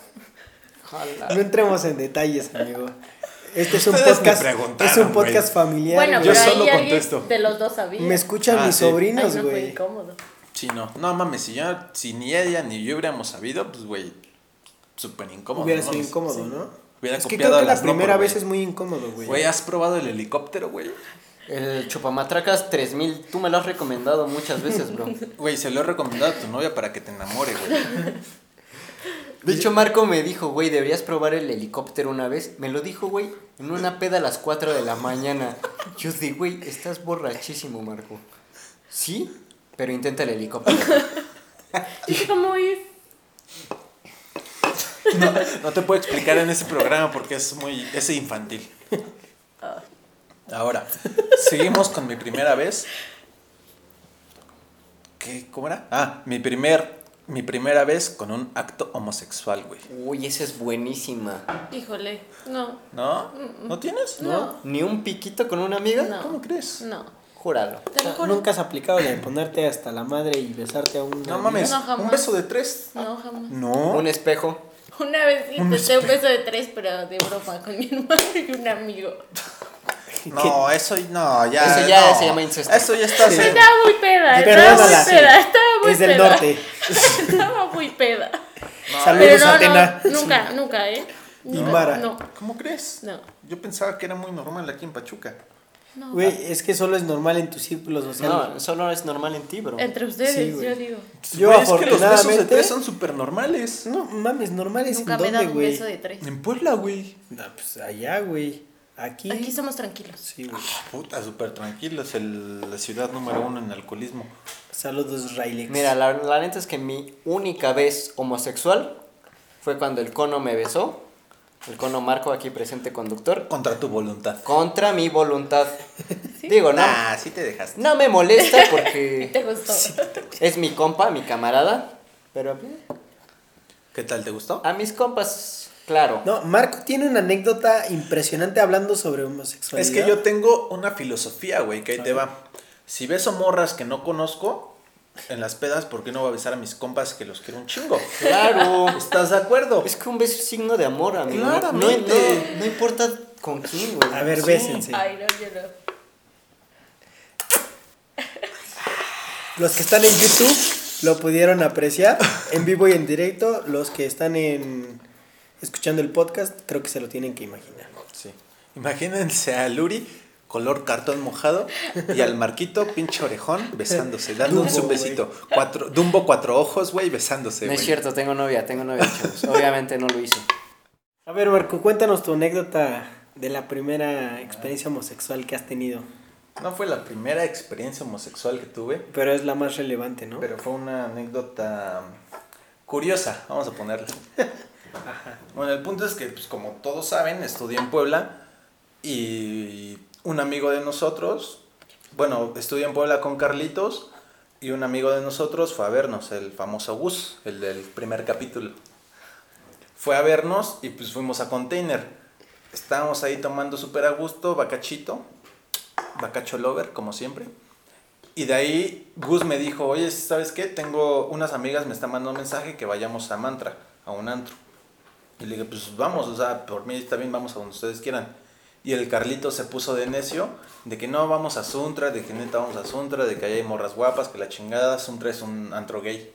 Speaker 3: No entremos en detalles, amigo. Este es un
Speaker 4: Ustedes me
Speaker 3: podcast.
Speaker 4: preguntaron,
Speaker 3: Es un podcast
Speaker 4: güey.
Speaker 3: familiar.
Speaker 5: Bueno,
Speaker 3: güey.
Speaker 5: pero
Speaker 4: Yo
Speaker 5: ahí
Speaker 4: solo
Speaker 5: alguien
Speaker 4: contesto.
Speaker 5: de los dos sabía.
Speaker 3: Me escuchan
Speaker 4: Ah,
Speaker 3: mis
Speaker 4: sí.
Speaker 5: Ay, no
Speaker 3: sobrinos,
Speaker 5: fue
Speaker 3: güey.
Speaker 5: incómodo.
Speaker 4: Sí, no. No mames, si, yo, si ni ella ni yo hubiéramos sabido, pues güey, súper incómodo.
Speaker 3: Hubiera
Speaker 4: ¿no?
Speaker 3: sido
Speaker 4: Mames.
Speaker 3: incómodo,
Speaker 4: Sí.
Speaker 3: ¿no?
Speaker 4: Hubiera
Speaker 3: Es que
Speaker 4: copiado
Speaker 3: creo
Speaker 4: a
Speaker 3: que la
Speaker 4: las Lombor,
Speaker 3: primera
Speaker 4: güey.
Speaker 3: vez es muy incómodo, güey.
Speaker 4: Güey, ¿has probado el helicóptero, güey?
Speaker 2: El Chupamatracas 3000, tú me lo has recomendado muchas veces, bro.
Speaker 4: Güey, se lo he recomendado a tu novia para que te enamore, güey.
Speaker 2: De hecho, Marco me dijo, güey, deberías probar el helicóptero una vez. Me lo dijo, güey, en una peda a las 4 de la mañana. Yo dije, güey, estás borrachísimo, Marco. Sí, pero intenta el helicóptero.
Speaker 5: Dije, ¿cómo es?
Speaker 4: No, no te puedo explicar en ese programa porque es muy es infantil. Ahora, seguimos con mi primera vez. ¿Qué? ¿Cómo era? Ah, mi primer mi primera vez con un acto homosexual, güey.
Speaker 2: Uy, esa es buenísima.
Speaker 5: Híjole, no,
Speaker 4: ¿No? ¿No tienes?
Speaker 5: no,
Speaker 2: ¿Ni un piquito con una amiga?
Speaker 5: No.
Speaker 4: ¿Cómo crees?
Speaker 5: no.
Speaker 2: Júralo.
Speaker 5: Te
Speaker 4: Ah,
Speaker 5: lo juro.
Speaker 3: Nunca has aplicado la de ponerte hasta la madre y besarte a un.
Speaker 4: No mames,
Speaker 5: No, jamás.
Speaker 4: un beso de tres.
Speaker 3: Ah.
Speaker 5: No, jamás.
Speaker 4: No.
Speaker 2: Un e- espejo.
Speaker 5: Una vez intenté un beso de tres, pero de broma, con mi hermano y un amigo.
Speaker 4: No, eso no, ya.
Speaker 2: Eso ya
Speaker 4: no.
Speaker 2: se llama incesto.
Speaker 4: Eso ya está. en-
Speaker 5: Estaba muy peda, estaba
Speaker 3: Perdónala.
Speaker 5: muy peda, estaba muy
Speaker 3: Es del
Speaker 5: peda.
Speaker 3: norte.
Speaker 5: Estaba muy peda.
Speaker 3: Saludos,
Speaker 5: pero no,
Speaker 3: Atena.
Speaker 5: no, nunca, nunca, ¿eh?
Speaker 3: Y
Speaker 5: Nunca,
Speaker 3: Mara.
Speaker 5: No,
Speaker 4: ¿Cómo crees?
Speaker 5: no.
Speaker 4: Yo pensaba que era muy normal aquí en Pachuca.
Speaker 5: no.
Speaker 3: Güey, es que solo es normal en tus círculos sociales.
Speaker 2: No, solo es normal en ti, bro.
Speaker 5: Entre ustedes,
Speaker 3: Sí, güey.
Speaker 5: yo digo.
Speaker 3: Yo
Speaker 4: Güey, Es que los besos de
Speaker 3: afortunadamente.
Speaker 4: tres son súper normales.
Speaker 3: No mames, normal es en
Speaker 5: Nunca me he
Speaker 3: dónde,
Speaker 5: dado un
Speaker 3: güey.
Speaker 5: beso de tres.
Speaker 4: En Puebla, güey.
Speaker 3: No, pues allá, güey. Aquí.
Speaker 5: Aquí somos tranquilos.
Speaker 3: Sí, güey.
Speaker 4: Ah, Puta, súper tranquilos. el- la ciudad número uno en alcoholismo.
Speaker 3: Saludos, Railex.
Speaker 2: Mira, la, la neta es que mi única vez homosexual fue cuando el cono me besó. El cono Marco, aquí presente conductor.
Speaker 4: Contra tu voluntad.
Speaker 2: Contra mi voluntad. Digo, no,
Speaker 4: Ah, sí te dejaste.
Speaker 2: no me molesta
Speaker 5: ¿Te
Speaker 2: porque
Speaker 5: gustó?
Speaker 2: es mi compa, mi camarada. Pero eh,
Speaker 4: ¿Qué tal? ¿Te gustó?
Speaker 3: Ah,
Speaker 2: a mis compas, claro.
Speaker 3: No, Marco tiene una anécdota impresionante hablando sobre homosexualidad.
Speaker 4: Es que yo tengo una filosofía, güey, que ahí te va. Si beso morras que no conozco en las pedas, ¿por qué no voy a besar a mis compas que los quiero un chingo?
Speaker 2: Claro.
Speaker 4: ¿Estás de acuerdo?
Speaker 2: Es que un beso es signo de amor, amigo. No- No, no,
Speaker 4: Claramente.
Speaker 2: no importa con quién, güey.
Speaker 3: A ver,
Speaker 2: Sí.
Speaker 3: bésense.
Speaker 5: Ay, no, yo no.
Speaker 3: Los que están en YouTube lo pudieron apreciar en vivo y en directo. Los que están en escuchando el podcast, creo que se lo tienen que imaginar.
Speaker 4: Sí. Imagínense a Luri, color cartón mojado, y al Marquito, pinche orejón, besándose, dándose un
Speaker 3: Dumbo,
Speaker 4: besito. Cuatro, Dumbo cuatro ojos, güey, besándose,
Speaker 2: No es
Speaker 4: güey.
Speaker 2: cierto, tengo novia, tengo novia, chavos. Obviamente no lo hice.
Speaker 3: A ver, Marco, cuéntanos tu anécdota de la primera experiencia homosexual que has tenido.
Speaker 4: No fue la primera experiencia homosexual que tuve,
Speaker 3: Pero es la más relevante, ¿no?
Speaker 4: pero fue una anécdota curiosa, vamos a ponerla. Bueno, el punto es que, pues, como todos saben, estudié en Puebla y un amigo de nosotros, bueno, estudié en Puebla con Carlitos y un amigo de nosotros fue a vernos, el famoso Gus, el del primer capítulo. Fue a vernos y pues fuimos a Container. Estábamos ahí tomando súper a gusto, bacachito, bacacho lover, como siempre. Y de ahí Gus me dijo, oye, ¿sabes qué? Tengo unas amigas, me están mandando un mensaje que vayamos a Mantra, a un antro. Y le dije, pues vamos, o sea, por mí está bien, vamos a donde ustedes quieran. Y el Carlito se puso de necio, de que no, vamos a Suntra, de que neta vamos a Suntra, de que allá hay morras guapas, que la chingada, Suntra es un antro gay.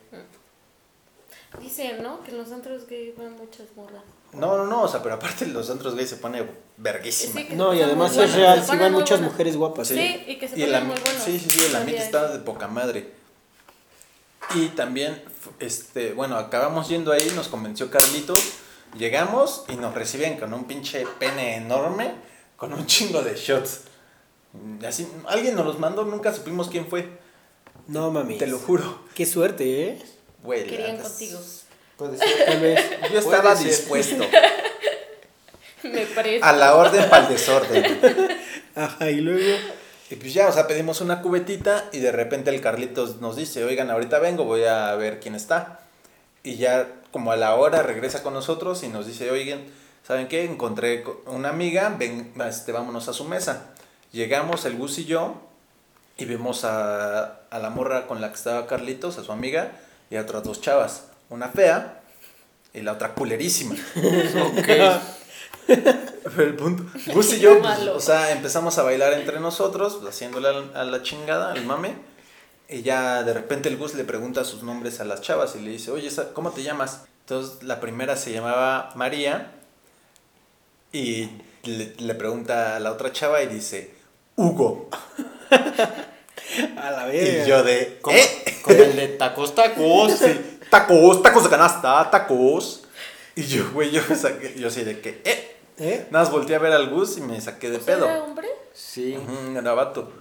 Speaker 5: Dicen, ¿no? Que en los antros gay van muchas morras.
Speaker 4: No, no, no, o sea, pero aparte los antros gays se pone verguísima.
Speaker 5: Sí, que
Speaker 3: No,
Speaker 5: se
Speaker 3: y
Speaker 5: ponen
Speaker 3: además
Speaker 5: muy
Speaker 3: es
Speaker 5: buenas,
Speaker 3: real,
Speaker 5: se
Speaker 3: sí
Speaker 5: ponen
Speaker 3: van
Speaker 5: muy
Speaker 3: muchas
Speaker 5: buenas.
Speaker 3: mujeres guapas.
Speaker 5: Sí, y que se
Speaker 4: Y el
Speaker 5: ponen
Speaker 4: am-
Speaker 5: muy buenos.
Speaker 4: Sí, sí, sí, el
Speaker 5: Sabía
Speaker 4: ambiente
Speaker 5: eso.
Speaker 4: estaba de poca madre. Y también, f- este, bueno, acabamos yendo ahí, nos convenció Carlitos, llegamos y nos reciben con un pinche pene enorme, con un chingo de shots. Mm, Así, alguien nos los mandó, nunca supimos quién fue,
Speaker 3: No mami.
Speaker 4: te lo juro.
Speaker 3: Qué suerte, ¿eh?
Speaker 4: Güey, la
Speaker 5: Querían
Speaker 4: neta,
Speaker 5: contigo.
Speaker 3: Puede ser. Tal vez.
Speaker 4: Yo estaba
Speaker 3: ser.
Speaker 4: dispuesto
Speaker 5: Me parece.
Speaker 4: a la orden para el desorden.
Speaker 3: Ajá, y luego.
Speaker 4: Y pues ya, o sea, pedimos una cubetita y de repente el Carlitos nos dice, oigan, ahorita vengo, voy a ver quién está. Y ya como a la hora regresa con nosotros y nos dice, oigan, ¿saben qué? Encontré co- una amiga, ven, este, vámonos a su mesa. Llegamos el Gus y yo y vimos a, a la morra con la que estaba Carlitos, a su amiga, y a otras dos chavas, una fea y la otra culerísima. Pero el punto, Gus y yo, pues,
Speaker 5: Malo.
Speaker 4: o sea, empezamos a bailar entre nosotros, pues, haciéndole al- a la chingada, al mame. Y ya de repente el Gus le pregunta sus nombres a las chavas y le dice, oye, esa- ¿cómo te llamas? Entonces la primera se llamaba María y le, le pregunta a la otra chava y dice, Hugo.
Speaker 3: A la
Speaker 4: Y
Speaker 3: vez.
Speaker 4: yo de,
Speaker 2: Con,
Speaker 4: "¿Eh?
Speaker 2: con el de tacos, tacos.
Speaker 4: Tacos, tacos de canasta, tacos. Y yo, güey, yo me saqué, yo así de que, ¿eh?
Speaker 3: ¿Eh?
Speaker 4: Nada más volteé a ver al Gus y me saqué de
Speaker 5: ¿O sea,
Speaker 4: pedo.
Speaker 5: ¿Era hombre?
Speaker 2: Sí.
Speaker 4: Ujú, era vato.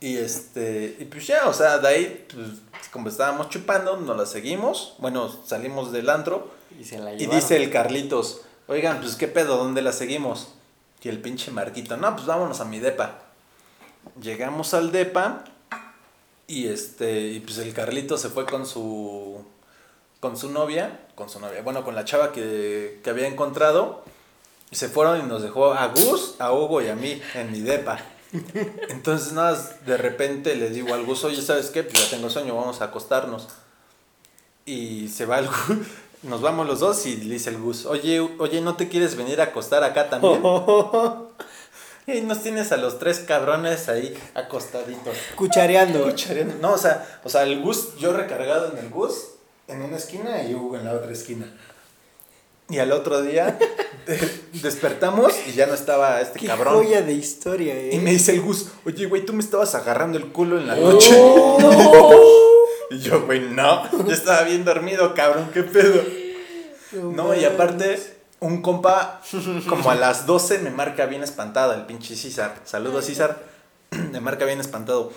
Speaker 4: Y este, y pues ya, o sea, de ahí, pues, como estábamos chupando, nos la seguimos. Bueno, salimos del antro
Speaker 2: Y se la
Speaker 4: y
Speaker 2: llevaron.
Speaker 4: dice el Carlitos, oigan, pues qué pedo, ¿dónde la seguimos? Y el pinche Marquito, no, pues vámonos a mi depa. Llegamos al depa y este, y pues el Carlito se fue con su, con su novia, con su novia, bueno, con la chava que, que había encontrado. Y se fueron y nos dejó a Gus, a Hugo y a mí en mi depa. Entonces, nada, más, de repente le digo al Gus, oye, ¿sabes qué? Pues ya tengo sueño, vamos a acostarnos. Y se va el Gus, nos vamos los dos y le dice el Gus, oye, oye, ¿no te quieres venir a acostar acá
Speaker 3: Oh.
Speaker 4: también? Y nos tienes a los tres cabrones ahí acostaditos.
Speaker 3: Cuchareando.
Speaker 4: Cuchareando. No, o sea, o sea, el Gus, yo recargado en el Gus, en una esquina y Hugo en la otra esquina. Y al otro día eh, despertamos y ya no estaba este
Speaker 3: Qué
Speaker 4: cabrón.
Speaker 3: joya de historia, ¿eh?
Speaker 4: Y me dice el Gus, oye, güey, tú me estabas agarrando el culo en la
Speaker 3: Oh,
Speaker 4: noche. y yo, güey, no, yo estaba bien dormido, cabrón, qué pedo. No, y aparte, un compa, como a las 12 me marca bien espantado, el pinche César. Saludos, César. me marca bien espantado.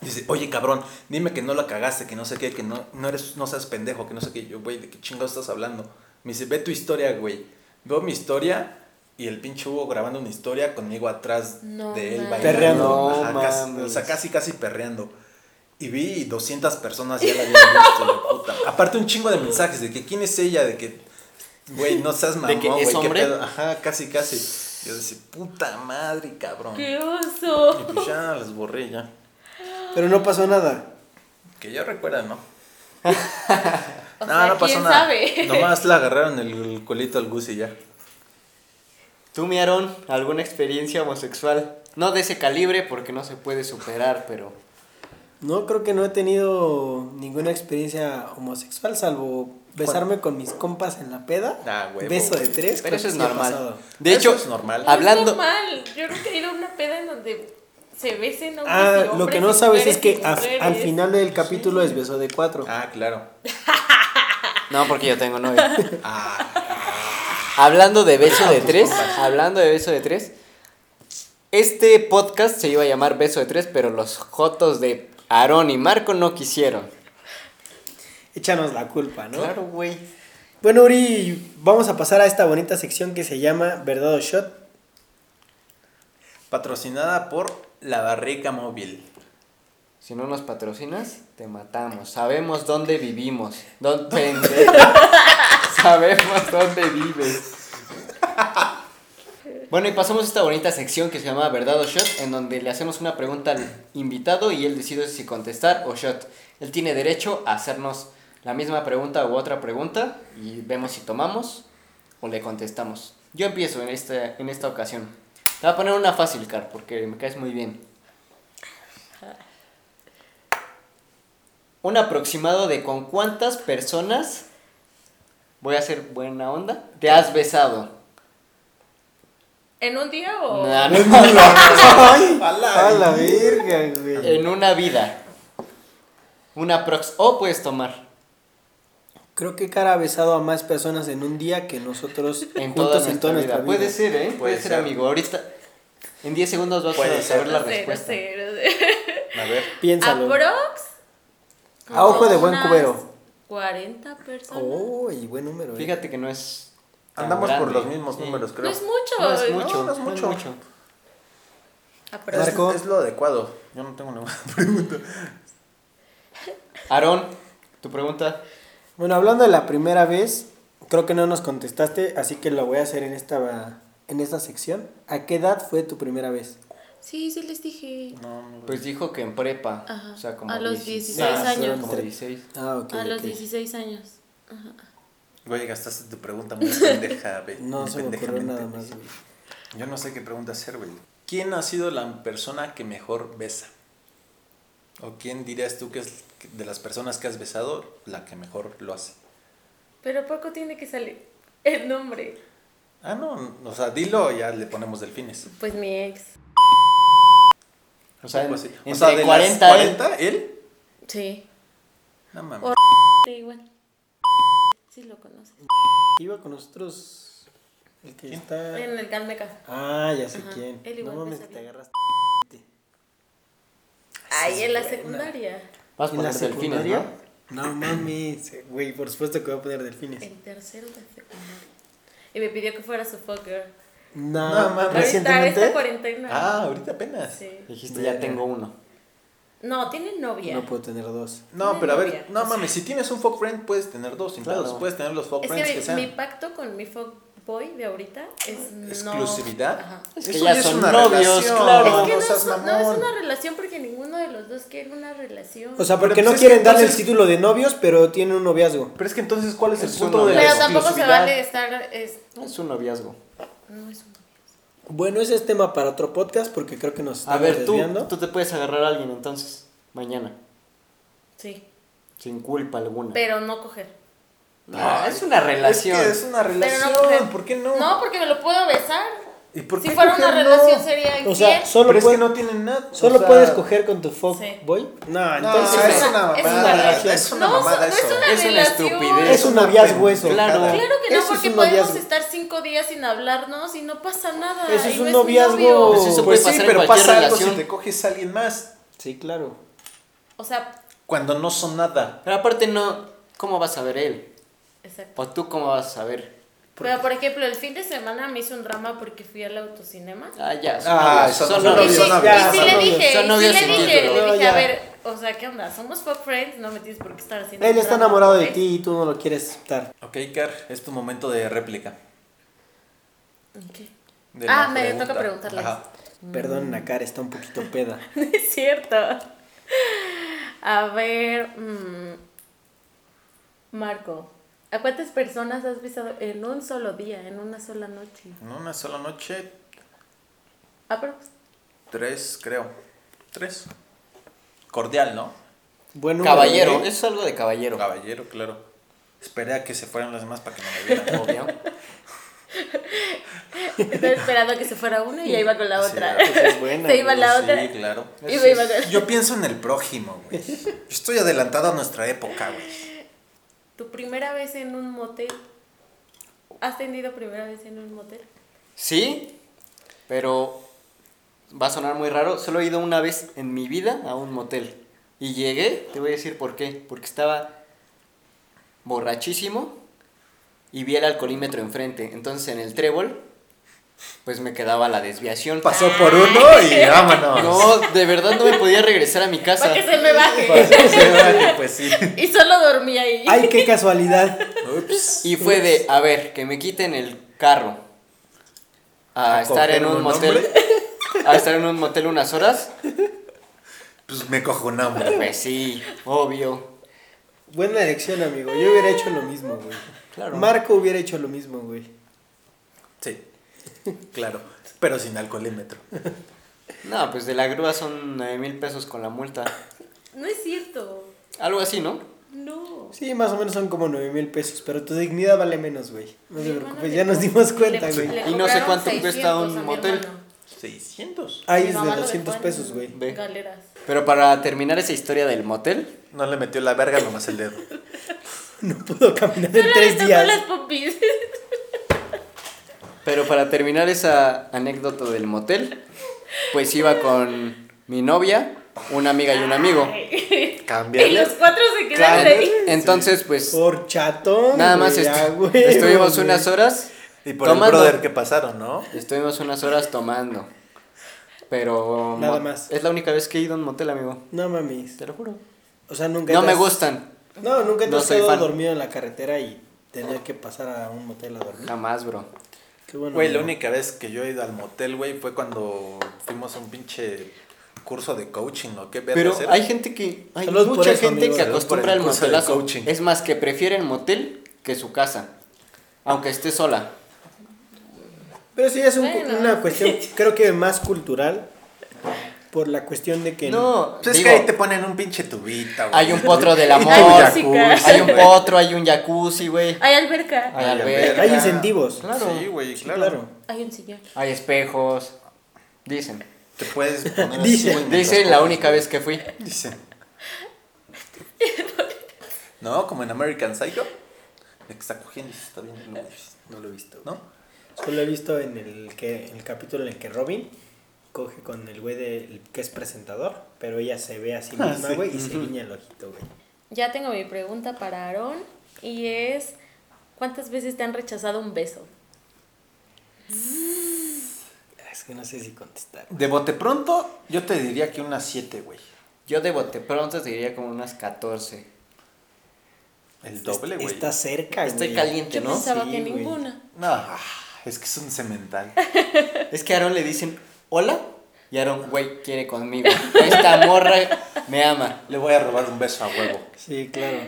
Speaker 4: Dice, oye, cabrón, dime que no la cagaste, que no sé qué, que no, no, eres, no seas pendejo, que no sé qué. Yo, güey, ¿de qué chingados estás hablando? Me dice, ve tu historia, güey. Veo mi historia y el pinche Hugo grabando una historia conmigo atrás
Speaker 5: No
Speaker 4: de él
Speaker 5: mames.
Speaker 4: bailando.
Speaker 3: Perreando.
Speaker 4: Ajá,
Speaker 2: No
Speaker 4: casi- o
Speaker 2: mames.
Speaker 4: sea, casi, casi perreando. Y vi 200 personas ya la habían visto, de puta. Aparte un chingo de mensajes de que quién es ella, de que, güey, no seas mamón,
Speaker 2: que
Speaker 4: güey,
Speaker 2: es
Speaker 4: qué
Speaker 2: hombre.
Speaker 4: pedo. Ajá, casi, casi. Yo decía, puta madre, cabrón.
Speaker 5: ¡Qué
Speaker 4: Y
Speaker 5: oso!
Speaker 4: pues ya las borré ya.
Speaker 3: Pero no pasó nada.
Speaker 4: Que yo recuerda, ¿no?
Speaker 5: O sea, ¿quién sabe?
Speaker 4: Nomás la agarraron el colito al Gus y ya.
Speaker 2: ¿Tú, mi Aarón, alguna experiencia homosexual? No de ese calibre porque no se puede superar, pero.
Speaker 3: No, creo que no he tenido ninguna experiencia homosexual, salvo besarme con mis compas en la peda.
Speaker 4: Ah, huevo,
Speaker 3: Beso de
Speaker 4: güey.
Speaker 3: tres. creo
Speaker 2: Pero eso
Speaker 3: que
Speaker 2: es
Speaker 3: sí ha
Speaker 2: normal.
Speaker 3: pasado.
Speaker 2: De
Speaker 4: Eso
Speaker 2: hecho,
Speaker 4: es normal.
Speaker 5: Pues Es
Speaker 2: Hablando.
Speaker 5: normal. Yo nunca he ido a una peda en donde se besen hombres y
Speaker 3: Ah, lo
Speaker 5: hombres
Speaker 3: que no
Speaker 5: y
Speaker 3: sabes
Speaker 5: mujeres
Speaker 3: es que
Speaker 5: y
Speaker 3: a-
Speaker 5: mujeres.
Speaker 3: al final del capítulo es beso de cuatro.
Speaker 4: Ah, claro.
Speaker 2: No, porque yo tengo novia.
Speaker 4: Ah,
Speaker 2: Hablando de beso de tres, hablando de beso de tres, este podcast se iba a llamar beso de tres, pero los jotos de Aarón y Marco no quisieron.
Speaker 3: Échanos la culpa, ¿no?
Speaker 2: Claro, güey.
Speaker 3: Bueno, Uri, vamos a pasar a esta bonita sección que se llama Verdad o Shot.
Speaker 4: Patrocinada por La Barrica Móvil.
Speaker 2: Si no nos patrocinas, te matamos. Sabemos dónde vivimos. Don- Sabemos dónde vives. Bueno, y pasamos a esta bonita sección que se llama Verdad o Shot, en donde le hacemos una pregunta al invitado y él decide si contestar o shot. Él tiene derecho a hacernos la misma pregunta u otra pregunta y vemos si tomamos o le contestamos. Yo empiezo en esta, en esta ocasión. Te voy a poner una fácil, Car, porque me caes muy bien. un aproximado de con cuántas personas, voy a ser buena onda, te has besado.
Speaker 5: ¿En un día o.?
Speaker 2: No, no,
Speaker 3: A la, verga, güey.
Speaker 2: en una vida. Una prox. O puedes tomar.
Speaker 3: Creo que Cara ha besado a más personas en un día que nosotros
Speaker 2: En toda
Speaker 3: juntos
Speaker 2: nuestra,
Speaker 3: en toda nuestra
Speaker 2: vida.
Speaker 3: vida.
Speaker 2: Puede ser, ¿eh? Puede,
Speaker 4: Puede
Speaker 2: ser,
Speaker 4: ser.
Speaker 2: amigo. Ahorita, en 10 segundos vas
Speaker 4: Puede
Speaker 2: a
Speaker 4: ser.
Speaker 2: saber la
Speaker 5: No sé, no
Speaker 2: respuesta.
Speaker 5: sé, no sé.
Speaker 4: A ver.
Speaker 3: Piénsalo.
Speaker 5: Aprox.
Speaker 3: A ojo de buen
Speaker 5: unas
Speaker 3: cubero.
Speaker 5: 40 personas.
Speaker 3: Oh, y buen número. eh.
Speaker 2: Fíjate que no es. tan
Speaker 4: Andamos por
Speaker 2: grande.
Speaker 4: los mismos
Speaker 2: Sí.
Speaker 4: números, creo.
Speaker 5: no es mucho.
Speaker 2: No es
Speaker 5: ¿no?
Speaker 2: mucho.
Speaker 4: no es
Speaker 2: no es
Speaker 4: mucho.
Speaker 2: mucho.
Speaker 4: Es-
Speaker 5: Aprox.
Speaker 3: Marco.
Speaker 4: es lo adecuado. Yo no tengo ninguna pregunta.
Speaker 2: Aarón, tu pregunta.
Speaker 3: Bueno, hablando de la primera vez, creo que no nos contestaste, así que lo voy a hacer en esta, en esta sección. ¿A qué edad fue tu primera vez?
Speaker 5: Sí, sí les dije.
Speaker 4: No, no.
Speaker 2: Pues dijo que en prepa.
Speaker 5: Ajá.
Speaker 2: O sea, como
Speaker 5: A los
Speaker 2: 16.
Speaker 5: 16
Speaker 2: Ah,
Speaker 5: años.
Speaker 2: Como 16.
Speaker 3: Ah, ok.
Speaker 5: a los
Speaker 3: ok.
Speaker 5: 16 años.
Speaker 4: Güey, gastaste tu pregunta muy pendeja, güey.
Speaker 3: No
Speaker 4: Muy
Speaker 3: se me ocurrió
Speaker 4: pendejamente.
Speaker 3: nada más. güey.
Speaker 4: Yo no sé qué pregunta hacer, güey. ¿Quién ha sido la persona que mejor besa? ¿O quién dirías tú que es de las personas que has besado la que mejor lo hace?
Speaker 5: Pero poco tiene que salir el nombre.
Speaker 4: Ah, no, o sea, dilo y ya le ponemos delfines.
Speaker 5: Pues mi ex.
Speaker 2: O sea,
Speaker 4: Algo
Speaker 2: en-
Speaker 4: así.
Speaker 2: entre
Speaker 4: de las
Speaker 2: 40,
Speaker 3: ¿eh?
Speaker 2: él-
Speaker 4: 40, él.
Speaker 5: Sí.
Speaker 4: No
Speaker 5: O-
Speaker 4: mames.
Speaker 5: Sí, igual. Sí lo conoces.
Speaker 3: Iba con nosotros el que está...
Speaker 5: En el Calmeca.
Speaker 3: Ah, ya sé
Speaker 5: Ajá,
Speaker 3: quién.
Speaker 5: él
Speaker 3: No
Speaker 5: igual
Speaker 3: mames,
Speaker 5: besaría.
Speaker 3: te agarraste.
Speaker 5: Ahí en la secundaria.
Speaker 2: Vas a
Speaker 3: ¿En la
Speaker 2: poner delfines, ¿no?
Speaker 3: secundaria? No mames, güey, por supuesto que voy a poner delfines.
Speaker 5: En tercero de secundaria. Y me pidió que fuera su fucker.
Speaker 3: No,
Speaker 4: No mames.
Speaker 5: Ahorita esta
Speaker 3: recientemente.
Speaker 5: cuarentena.
Speaker 4: Ah, ahorita apenas.
Speaker 5: Sí.
Speaker 2: Dijiste, ya
Speaker 3: Verga.
Speaker 2: tengo uno.
Speaker 5: No, tiene novia.
Speaker 3: No puedo tener dos.
Speaker 4: No,
Speaker 5: Una
Speaker 4: pero a
Speaker 5: novia.
Speaker 4: ver, no mames, si tienes un fuck friend puedes tener dos, sin
Speaker 2: Claro.
Speaker 4: pedos. Puedes tener los fuck
Speaker 5: es
Speaker 4: friends
Speaker 5: que,
Speaker 4: que,
Speaker 5: mi-
Speaker 4: sean.
Speaker 5: mi, pacto con mi fuckboy de ahorita es no.
Speaker 4: ¿Exclusividad?
Speaker 5: Ajá.
Speaker 2: Es que
Speaker 4: Eso
Speaker 2: ya
Speaker 4: es
Speaker 2: son
Speaker 4: una
Speaker 2: novios,
Speaker 4: relación.
Speaker 2: claro.
Speaker 5: Es que no,
Speaker 4: no seas
Speaker 5: es, no
Speaker 4: mamón.
Speaker 5: es una relación porque ninguno de los dos quiere una relación.
Speaker 3: O sea,
Speaker 4: Pero
Speaker 3: porque
Speaker 4: pues
Speaker 3: no
Speaker 4: es que
Speaker 3: quieren darle el
Speaker 4: entonces-
Speaker 3: título de novios, pero tienen un noviazgo.
Speaker 4: Pero es que entonces, ¿cuál es,
Speaker 2: Es
Speaker 4: el punto
Speaker 2: una-
Speaker 4: de la
Speaker 5: pero tampoco se
Speaker 4: pues, exclusividad?
Speaker 5: vale estar. Es,
Speaker 2: Es un noviazgo.
Speaker 5: no es un
Speaker 3: Bueno, ese es tema para otro podcast porque creo que nos
Speaker 2: A
Speaker 3: estamos
Speaker 2: ver, tú,
Speaker 3: desviando.
Speaker 2: tú te puedes agarrar a alguien entonces, mañana,
Speaker 5: Sí,
Speaker 2: sin culpa alguna.
Speaker 5: pero no coger.
Speaker 2: Ah, es una relación.
Speaker 4: Es que es una
Speaker 5: Pero
Speaker 4: relación,
Speaker 5: no coger.
Speaker 4: ¿por qué no?
Speaker 5: No, porque me lo puedo besar.
Speaker 4: ¿Y por
Speaker 5: Si
Speaker 4: qué
Speaker 5: fuera una
Speaker 4: coger no?
Speaker 5: relación sería infiel.
Speaker 3: O sea, solo,
Speaker 4: Pero es
Speaker 3: puede-
Speaker 4: que no tienen nada. o
Speaker 3: solo
Speaker 4: sea,
Speaker 3: puedes coger con tu fuck
Speaker 5: Sí.
Speaker 3: boy. No,
Speaker 4: No,
Speaker 3: entonces.
Speaker 4: es una
Speaker 3: Ah,
Speaker 5: es una
Speaker 4: mamada.
Speaker 3: relación.
Speaker 4: Es una
Speaker 5: No,
Speaker 4: mamada
Speaker 5: no
Speaker 4: eso.
Speaker 5: es una
Speaker 2: Es una
Speaker 5: relación.
Speaker 2: estupidez.
Speaker 3: Es un noviazgo eso.
Speaker 2: Claro.
Speaker 5: Claro que no,
Speaker 3: Eso es
Speaker 5: porque
Speaker 3: un
Speaker 5: podemos
Speaker 3: noviazgo.
Speaker 5: estar cinco días sin hablarnos y no pasa nada.
Speaker 3: Eso es
Speaker 5: y
Speaker 3: un
Speaker 5: no mi
Speaker 3: noviazgo.
Speaker 5: novio.
Speaker 2: Pues eso
Speaker 4: Pues
Speaker 2: puede
Speaker 4: sí,
Speaker 2: pasar en
Speaker 4: pero
Speaker 2: cualquier
Speaker 4: pasa algo
Speaker 2: relación.
Speaker 4: si te coges a alguien más.
Speaker 3: Sí, claro.
Speaker 5: O sea,
Speaker 4: Cuando no son nada.
Speaker 2: Pero aparte no, ¿cómo vas a ver él?
Speaker 5: exacto.
Speaker 2: O tú cómo vas a saber.
Speaker 5: Pero por ejemplo, el fin de semana me hice un drama porque fui al autocinema.
Speaker 2: Ah, ya, son
Speaker 4: Ah,
Speaker 2: novios,
Speaker 4: son-
Speaker 2: son
Speaker 4: son
Speaker 5: Y
Speaker 2: novios.
Speaker 5: sí,
Speaker 4: novios, son novios,
Speaker 5: y sí
Speaker 4: son
Speaker 5: le
Speaker 2: novios.
Speaker 5: dije,
Speaker 2: Son
Speaker 5: y
Speaker 2: novios
Speaker 5: sí
Speaker 2: sin
Speaker 5: le dije,
Speaker 2: título.
Speaker 5: le
Speaker 3: No,
Speaker 5: dije,
Speaker 3: ya.
Speaker 5: a ver, o sea, ¿qué onda? Somos fuck friends, no me tienes por qué estar haciendo
Speaker 3: Él está
Speaker 5: drama,
Speaker 3: enamorado de
Speaker 5: ¿ok?
Speaker 3: ti y tú no lo quieres aceptar.
Speaker 4: Ok, Car, es tu momento de réplica.
Speaker 5: Ok.
Speaker 4: de
Speaker 5: Ah,
Speaker 4: la
Speaker 5: me toca preguntarles.
Speaker 4: Ajá.
Speaker 3: Mm. Perdón, Nakar, está un poquito peda.
Speaker 5: No es cierto. A ver, mm, Marco, ¿a cuántas personas has besado en un solo día, en una sola noche?
Speaker 4: En una sola noche,
Speaker 5: Ah, pero
Speaker 4: tres, creo. Tres. Cordial, ¿no?
Speaker 3: Buen número,
Speaker 2: Caballero,
Speaker 3: ¿eh?
Speaker 2: eso es algo de caballero.
Speaker 4: Caballero, claro. Esperé a que se fueran las demás para que no me vieran.
Speaker 2: Obvio.
Speaker 5: estaba esperando que se fuera una y ya iba con la
Speaker 4: Sí,
Speaker 5: otra.
Speaker 4: pues
Speaker 3: ah, es buena,
Speaker 5: se iba la
Speaker 4: Sí,
Speaker 5: otra.
Speaker 4: claro.
Speaker 5: Y me iba a dar-
Speaker 4: Yo pienso en el prójimo, güey. Yo Estoy adelantado a nuestra época, güey.
Speaker 5: ¿Tu primera vez en un motel? ¿Has tenido primera vez en un motel?
Speaker 2: Sí, pero va a sonar muy raro. Solo he ido una vez en mi vida a un motel. Y llegué, te voy a decir por qué. Porque estaba borrachísimo y vi el alcoholímetro enfrente. Entonces en el trébol, pues me quedaba la desviación. Ah,
Speaker 4: Pasó por uno y vámonos.
Speaker 2: No, de verdad no me podía regresar a mi casa.
Speaker 5: Para que se me baje.
Speaker 4: Pasó, se vale, pues sí.
Speaker 5: Y solo dormí ahí.
Speaker 3: Ay, qué casualidad.
Speaker 4: Ups.
Speaker 2: Y fue de, a ver, que me quiten el carro. A,
Speaker 4: ¿A
Speaker 2: estar en
Speaker 4: coger
Speaker 2: un
Speaker 4: un
Speaker 2: motel.
Speaker 4: hombre?
Speaker 2: A estar en un motel unas horas.
Speaker 4: Pues me cojo un hombre.
Speaker 2: Pues sí, obvio.
Speaker 3: Buena elección, amigo. Yo hubiera hecho lo mismo, güey.
Speaker 2: Claro.
Speaker 3: Marco hubiera hecho lo mismo, güey.
Speaker 4: Sí. Claro. Pero sin alcoholímetro.
Speaker 2: No, pues de la grúa son 9 mil pesos con la multa.
Speaker 5: No es cierto.
Speaker 2: Algo así, ¿no?
Speaker 5: No.
Speaker 3: Sí, más o menos son como 9 mil pesos, pero tu dignidad vale menos, güey. No
Speaker 5: Mi
Speaker 3: te
Speaker 5: hermano
Speaker 3: preocupes,
Speaker 5: le
Speaker 3: ya nos
Speaker 5: co-
Speaker 3: dimos cuenta,
Speaker 5: le-
Speaker 3: güey.
Speaker 5: le
Speaker 2: Y no sé
Speaker 5: cobraron
Speaker 2: cuánto cuesta un
Speaker 5: 600 a mi
Speaker 2: motel.
Speaker 5: hermano.
Speaker 4: 600.
Speaker 3: Ahí
Speaker 5: Mi
Speaker 3: es de
Speaker 5: mamá lo
Speaker 3: 200
Speaker 5: dejó en
Speaker 3: pesos, güey.
Speaker 2: Ve.
Speaker 5: Galeras.
Speaker 2: Pero para terminar esa historia del motel,
Speaker 4: No le metió la verga nomás el dedo.
Speaker 3: No pudo caminar en
Speaker 5: Solo le
Speaker 3: tres
Speaker 5: tocó
Speaker 3: días.
Speaker 5: las popis.
Speaker 2: pero para terminar esa anécdota del motel, pues iba con mi novia, una amiga y un amigo.
Speaker 5: Ay. Y los
Speaker 4: Cambiarle.
Speaker 5: cuatro se quedaron ahí.
Speaker 2: Entonces, pues
Speaker 3: Por chatón.
Speaker 2: nada más
Speaker 3: güey,
Speaker 2: estu-
Speaker 3: ah, güey,
Speaker 2: estuvimos
Speaker 3: güey.
Speaker 2: unas horas
Speaker 4: Y por
Speaker 2: tomando.
Speaker 4: el brother que pasaron, ¿no?
Speaker 2: Estuvimos unas horas tomando. Pero
Speaker 3: Nada
Speaker 2: mo-
Speaker 3: más.
Speaker 2: es la única vez que he ido a un motel, amigo.
Speaker 3: No mames.
Speaker 2: Te lo juro.
Speaker 3: O sea, nunca.
Speaker 2: No
Speaker 3: te
Speaker 2: me
Speaker 3: has-
Speaker 2: gustan.
Speaker 3: No, nunca te
Speaker 2: No
Speaker 3: has
Speaker 2: soy
Speaker 3: quedado
Speaker 2: fan.
Speaker 3: dormido en la carretera y tener que pasar a un motel a dormir.
Speaker 2: Jamás, bro.
Speaker 3: Qué bueno.
Speaker 4: Güey, la
Speaker 3: amigo.
Speaker 4: única vez que yo he ido al motel, güey, fue cuando fuimos a un pinche curso de coaching o qué verga
Speaker 2: Pero
Speaker 4: era.
Speaker 2: hay gente que. Hay
Speaker 3: Saludos por
Speaker 2: mucha
Speaker 3: eso,
Speaker 2: gente
Speaker 3: amigo.
Speaker 2: que
Speaker 4: Saludos por
Speaker 2: acostumbra
Speaker 4: el
Speaker 2: al
Speaker 4: curso de
Speaker 2: motelazo.
Speaker 4: coaching.
Speaker 2: Es más, que prefiere el motel que su casa. Aunque esté sola.
Speaker 3: Pero sí es un-
Speaker 5: Bueno.
Speaker 3: una cuestión, creo que más cultural. Por la cuestión de que.
Speaker 2: No,
Speaker 4: Pues es
Speaker 2: digo,
Speaker 4: que ahí te ponen un pinche tubita, güey.
Speaker 2: Hay un potro del
Speaker 4: Y tu
Speaker 2: amor.
Speaker 4: jacuzzi,
Speaker 2: hay un
Speaker 4: güey.
Speaker 2: potro, hay un jacuzzi, güey.
Speaker 5: Hay alberca.
Speaker 2: Hay
Speaker 4: Hay
Speaker 2: alberca.
Speaker 3: Hay incentivos.
Speaker 2: Claro.
Speaker 4: Sí, güey,
Speaker 3: Sí,
Speaker 4: claro.
Speaker 3: claro.
Speaker 5: Hay un señor.
Speaker 2: Hay espejos. Dicen.
Speaker 4: Te puedes poner así,
Speaker 3: Dicen,
Speaker 4: güey, mientras
Speaker 2: Dicen la
Speaker 4: comes,
Speaker 2: única
Speaker 4: güey.
Speaker 2: vez que fui.
Speaker 4: Dicen. No, como en American Psycho. De que está cogiendo y se está viendo. el güey.
Speaker 2: No lo he visto.
Speaker 4: ¿No?
Speaker 3: Solo he visto en el que el capítulo en el que Robin coge con el güey del que es presentador, pero ella se ve a sí
Speaker 4: Ah,
Speaker 3: misma,
Speaker 4: sí.
Speaker 3: güey, y se guiña el ojito, güey.
Speaker 5: Ya tengo mi pregunta para Aarón y es ¿cuántas veces te han rechazado un beso?
Speaker 3: Es que no sé si contestar.
Speaker 4: De bote pronto, yo te diría que unas 7, güey.
Speaker 2: Yo de bote pronto te diría como unas 14.
Speaker 4: El doble, güey.
Speaker 3: Está cerca, güey.
Speaker 2: Estoy caliente,
Speaker 5: Yo
Speaker 2: ¿no?
Speaker 5: pensaba
Speaker 3: Sí,
Speaker 5: que
Speaker 3: güey.
Speaker 5: ninguna.
Speaker 4: No, ah, es que es un cemental.
Speaker 2: Es que a Aaron le dicen, hola. Y Aaron, güey, quiere conmigo. Esta morra me ama.
Speaker 4: Le voy a robar un beso a huevo.
Speaker 3: Sí, claro.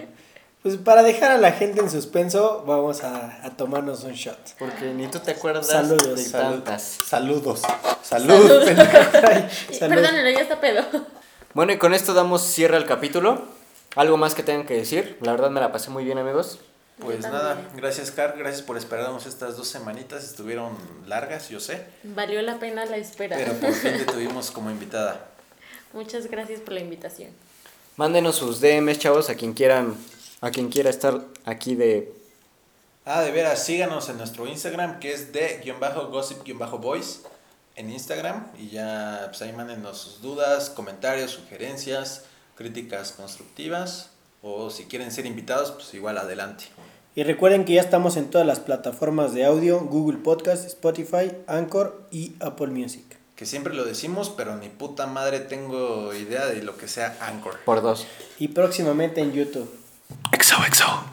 Speaker 3: Pues para dejar a la gente en suspenso, vamos a, a tomarnos un shot.
Speaker 2: Porque ni tú te acuerdas
Speaker 3: Saludos,
Speaker 2: de
Speaker 3: saludos.
Speaker 2: tantas.
Speaker 4: Saludos. Saludos.
Speaker 3: Ay, salud.
Speaker 5: Perdónenlo, ya está pedo.
Speaker 2: Bueno, y con esto damos cierre al capítulo. Algo más que tengan que decir. La verdad me la pasé muy bien, amigos.
Speaker 4: Pues
Speaker 5: Yo
Speaker 4: nada,
Speaker 5: también.
Speaker 4: gracias Car, gracias por esperarnos estas dos semanitas. Estuvieron largas, yo sé,
Speaker 5: Valió la pena la espera.
Speaker 4: pero por fin te tuvimos como invitada.
Speaker 5: Muchas gracias por la invitación.
Speaker 2: Mándenos sus DMs, chavos, a quien quieran, a quien quiera estar aquí de
Speaker 4: Ah, de veras, síganos en nuestro Instagram que es de-gossip-boys en Instagram y ya pues ahí mándenos sus dudas, comentarios, sugerencias, críticas constructivas o si quieren ser invitados, pues igual adelante.
Speaker 3: Y recuerden que ya estamos en todas las plataformas de audio, Google Podcast, Spotify, Anchor y Apple Music.
Speaker 4: Que siempre lo decimos, pero ni puta madre tengo idea de lo que sea Anchor.
Speaker 2: por dos.
Speaker 3: Y próximamente en YouTube.
Speaker 4: XOXO.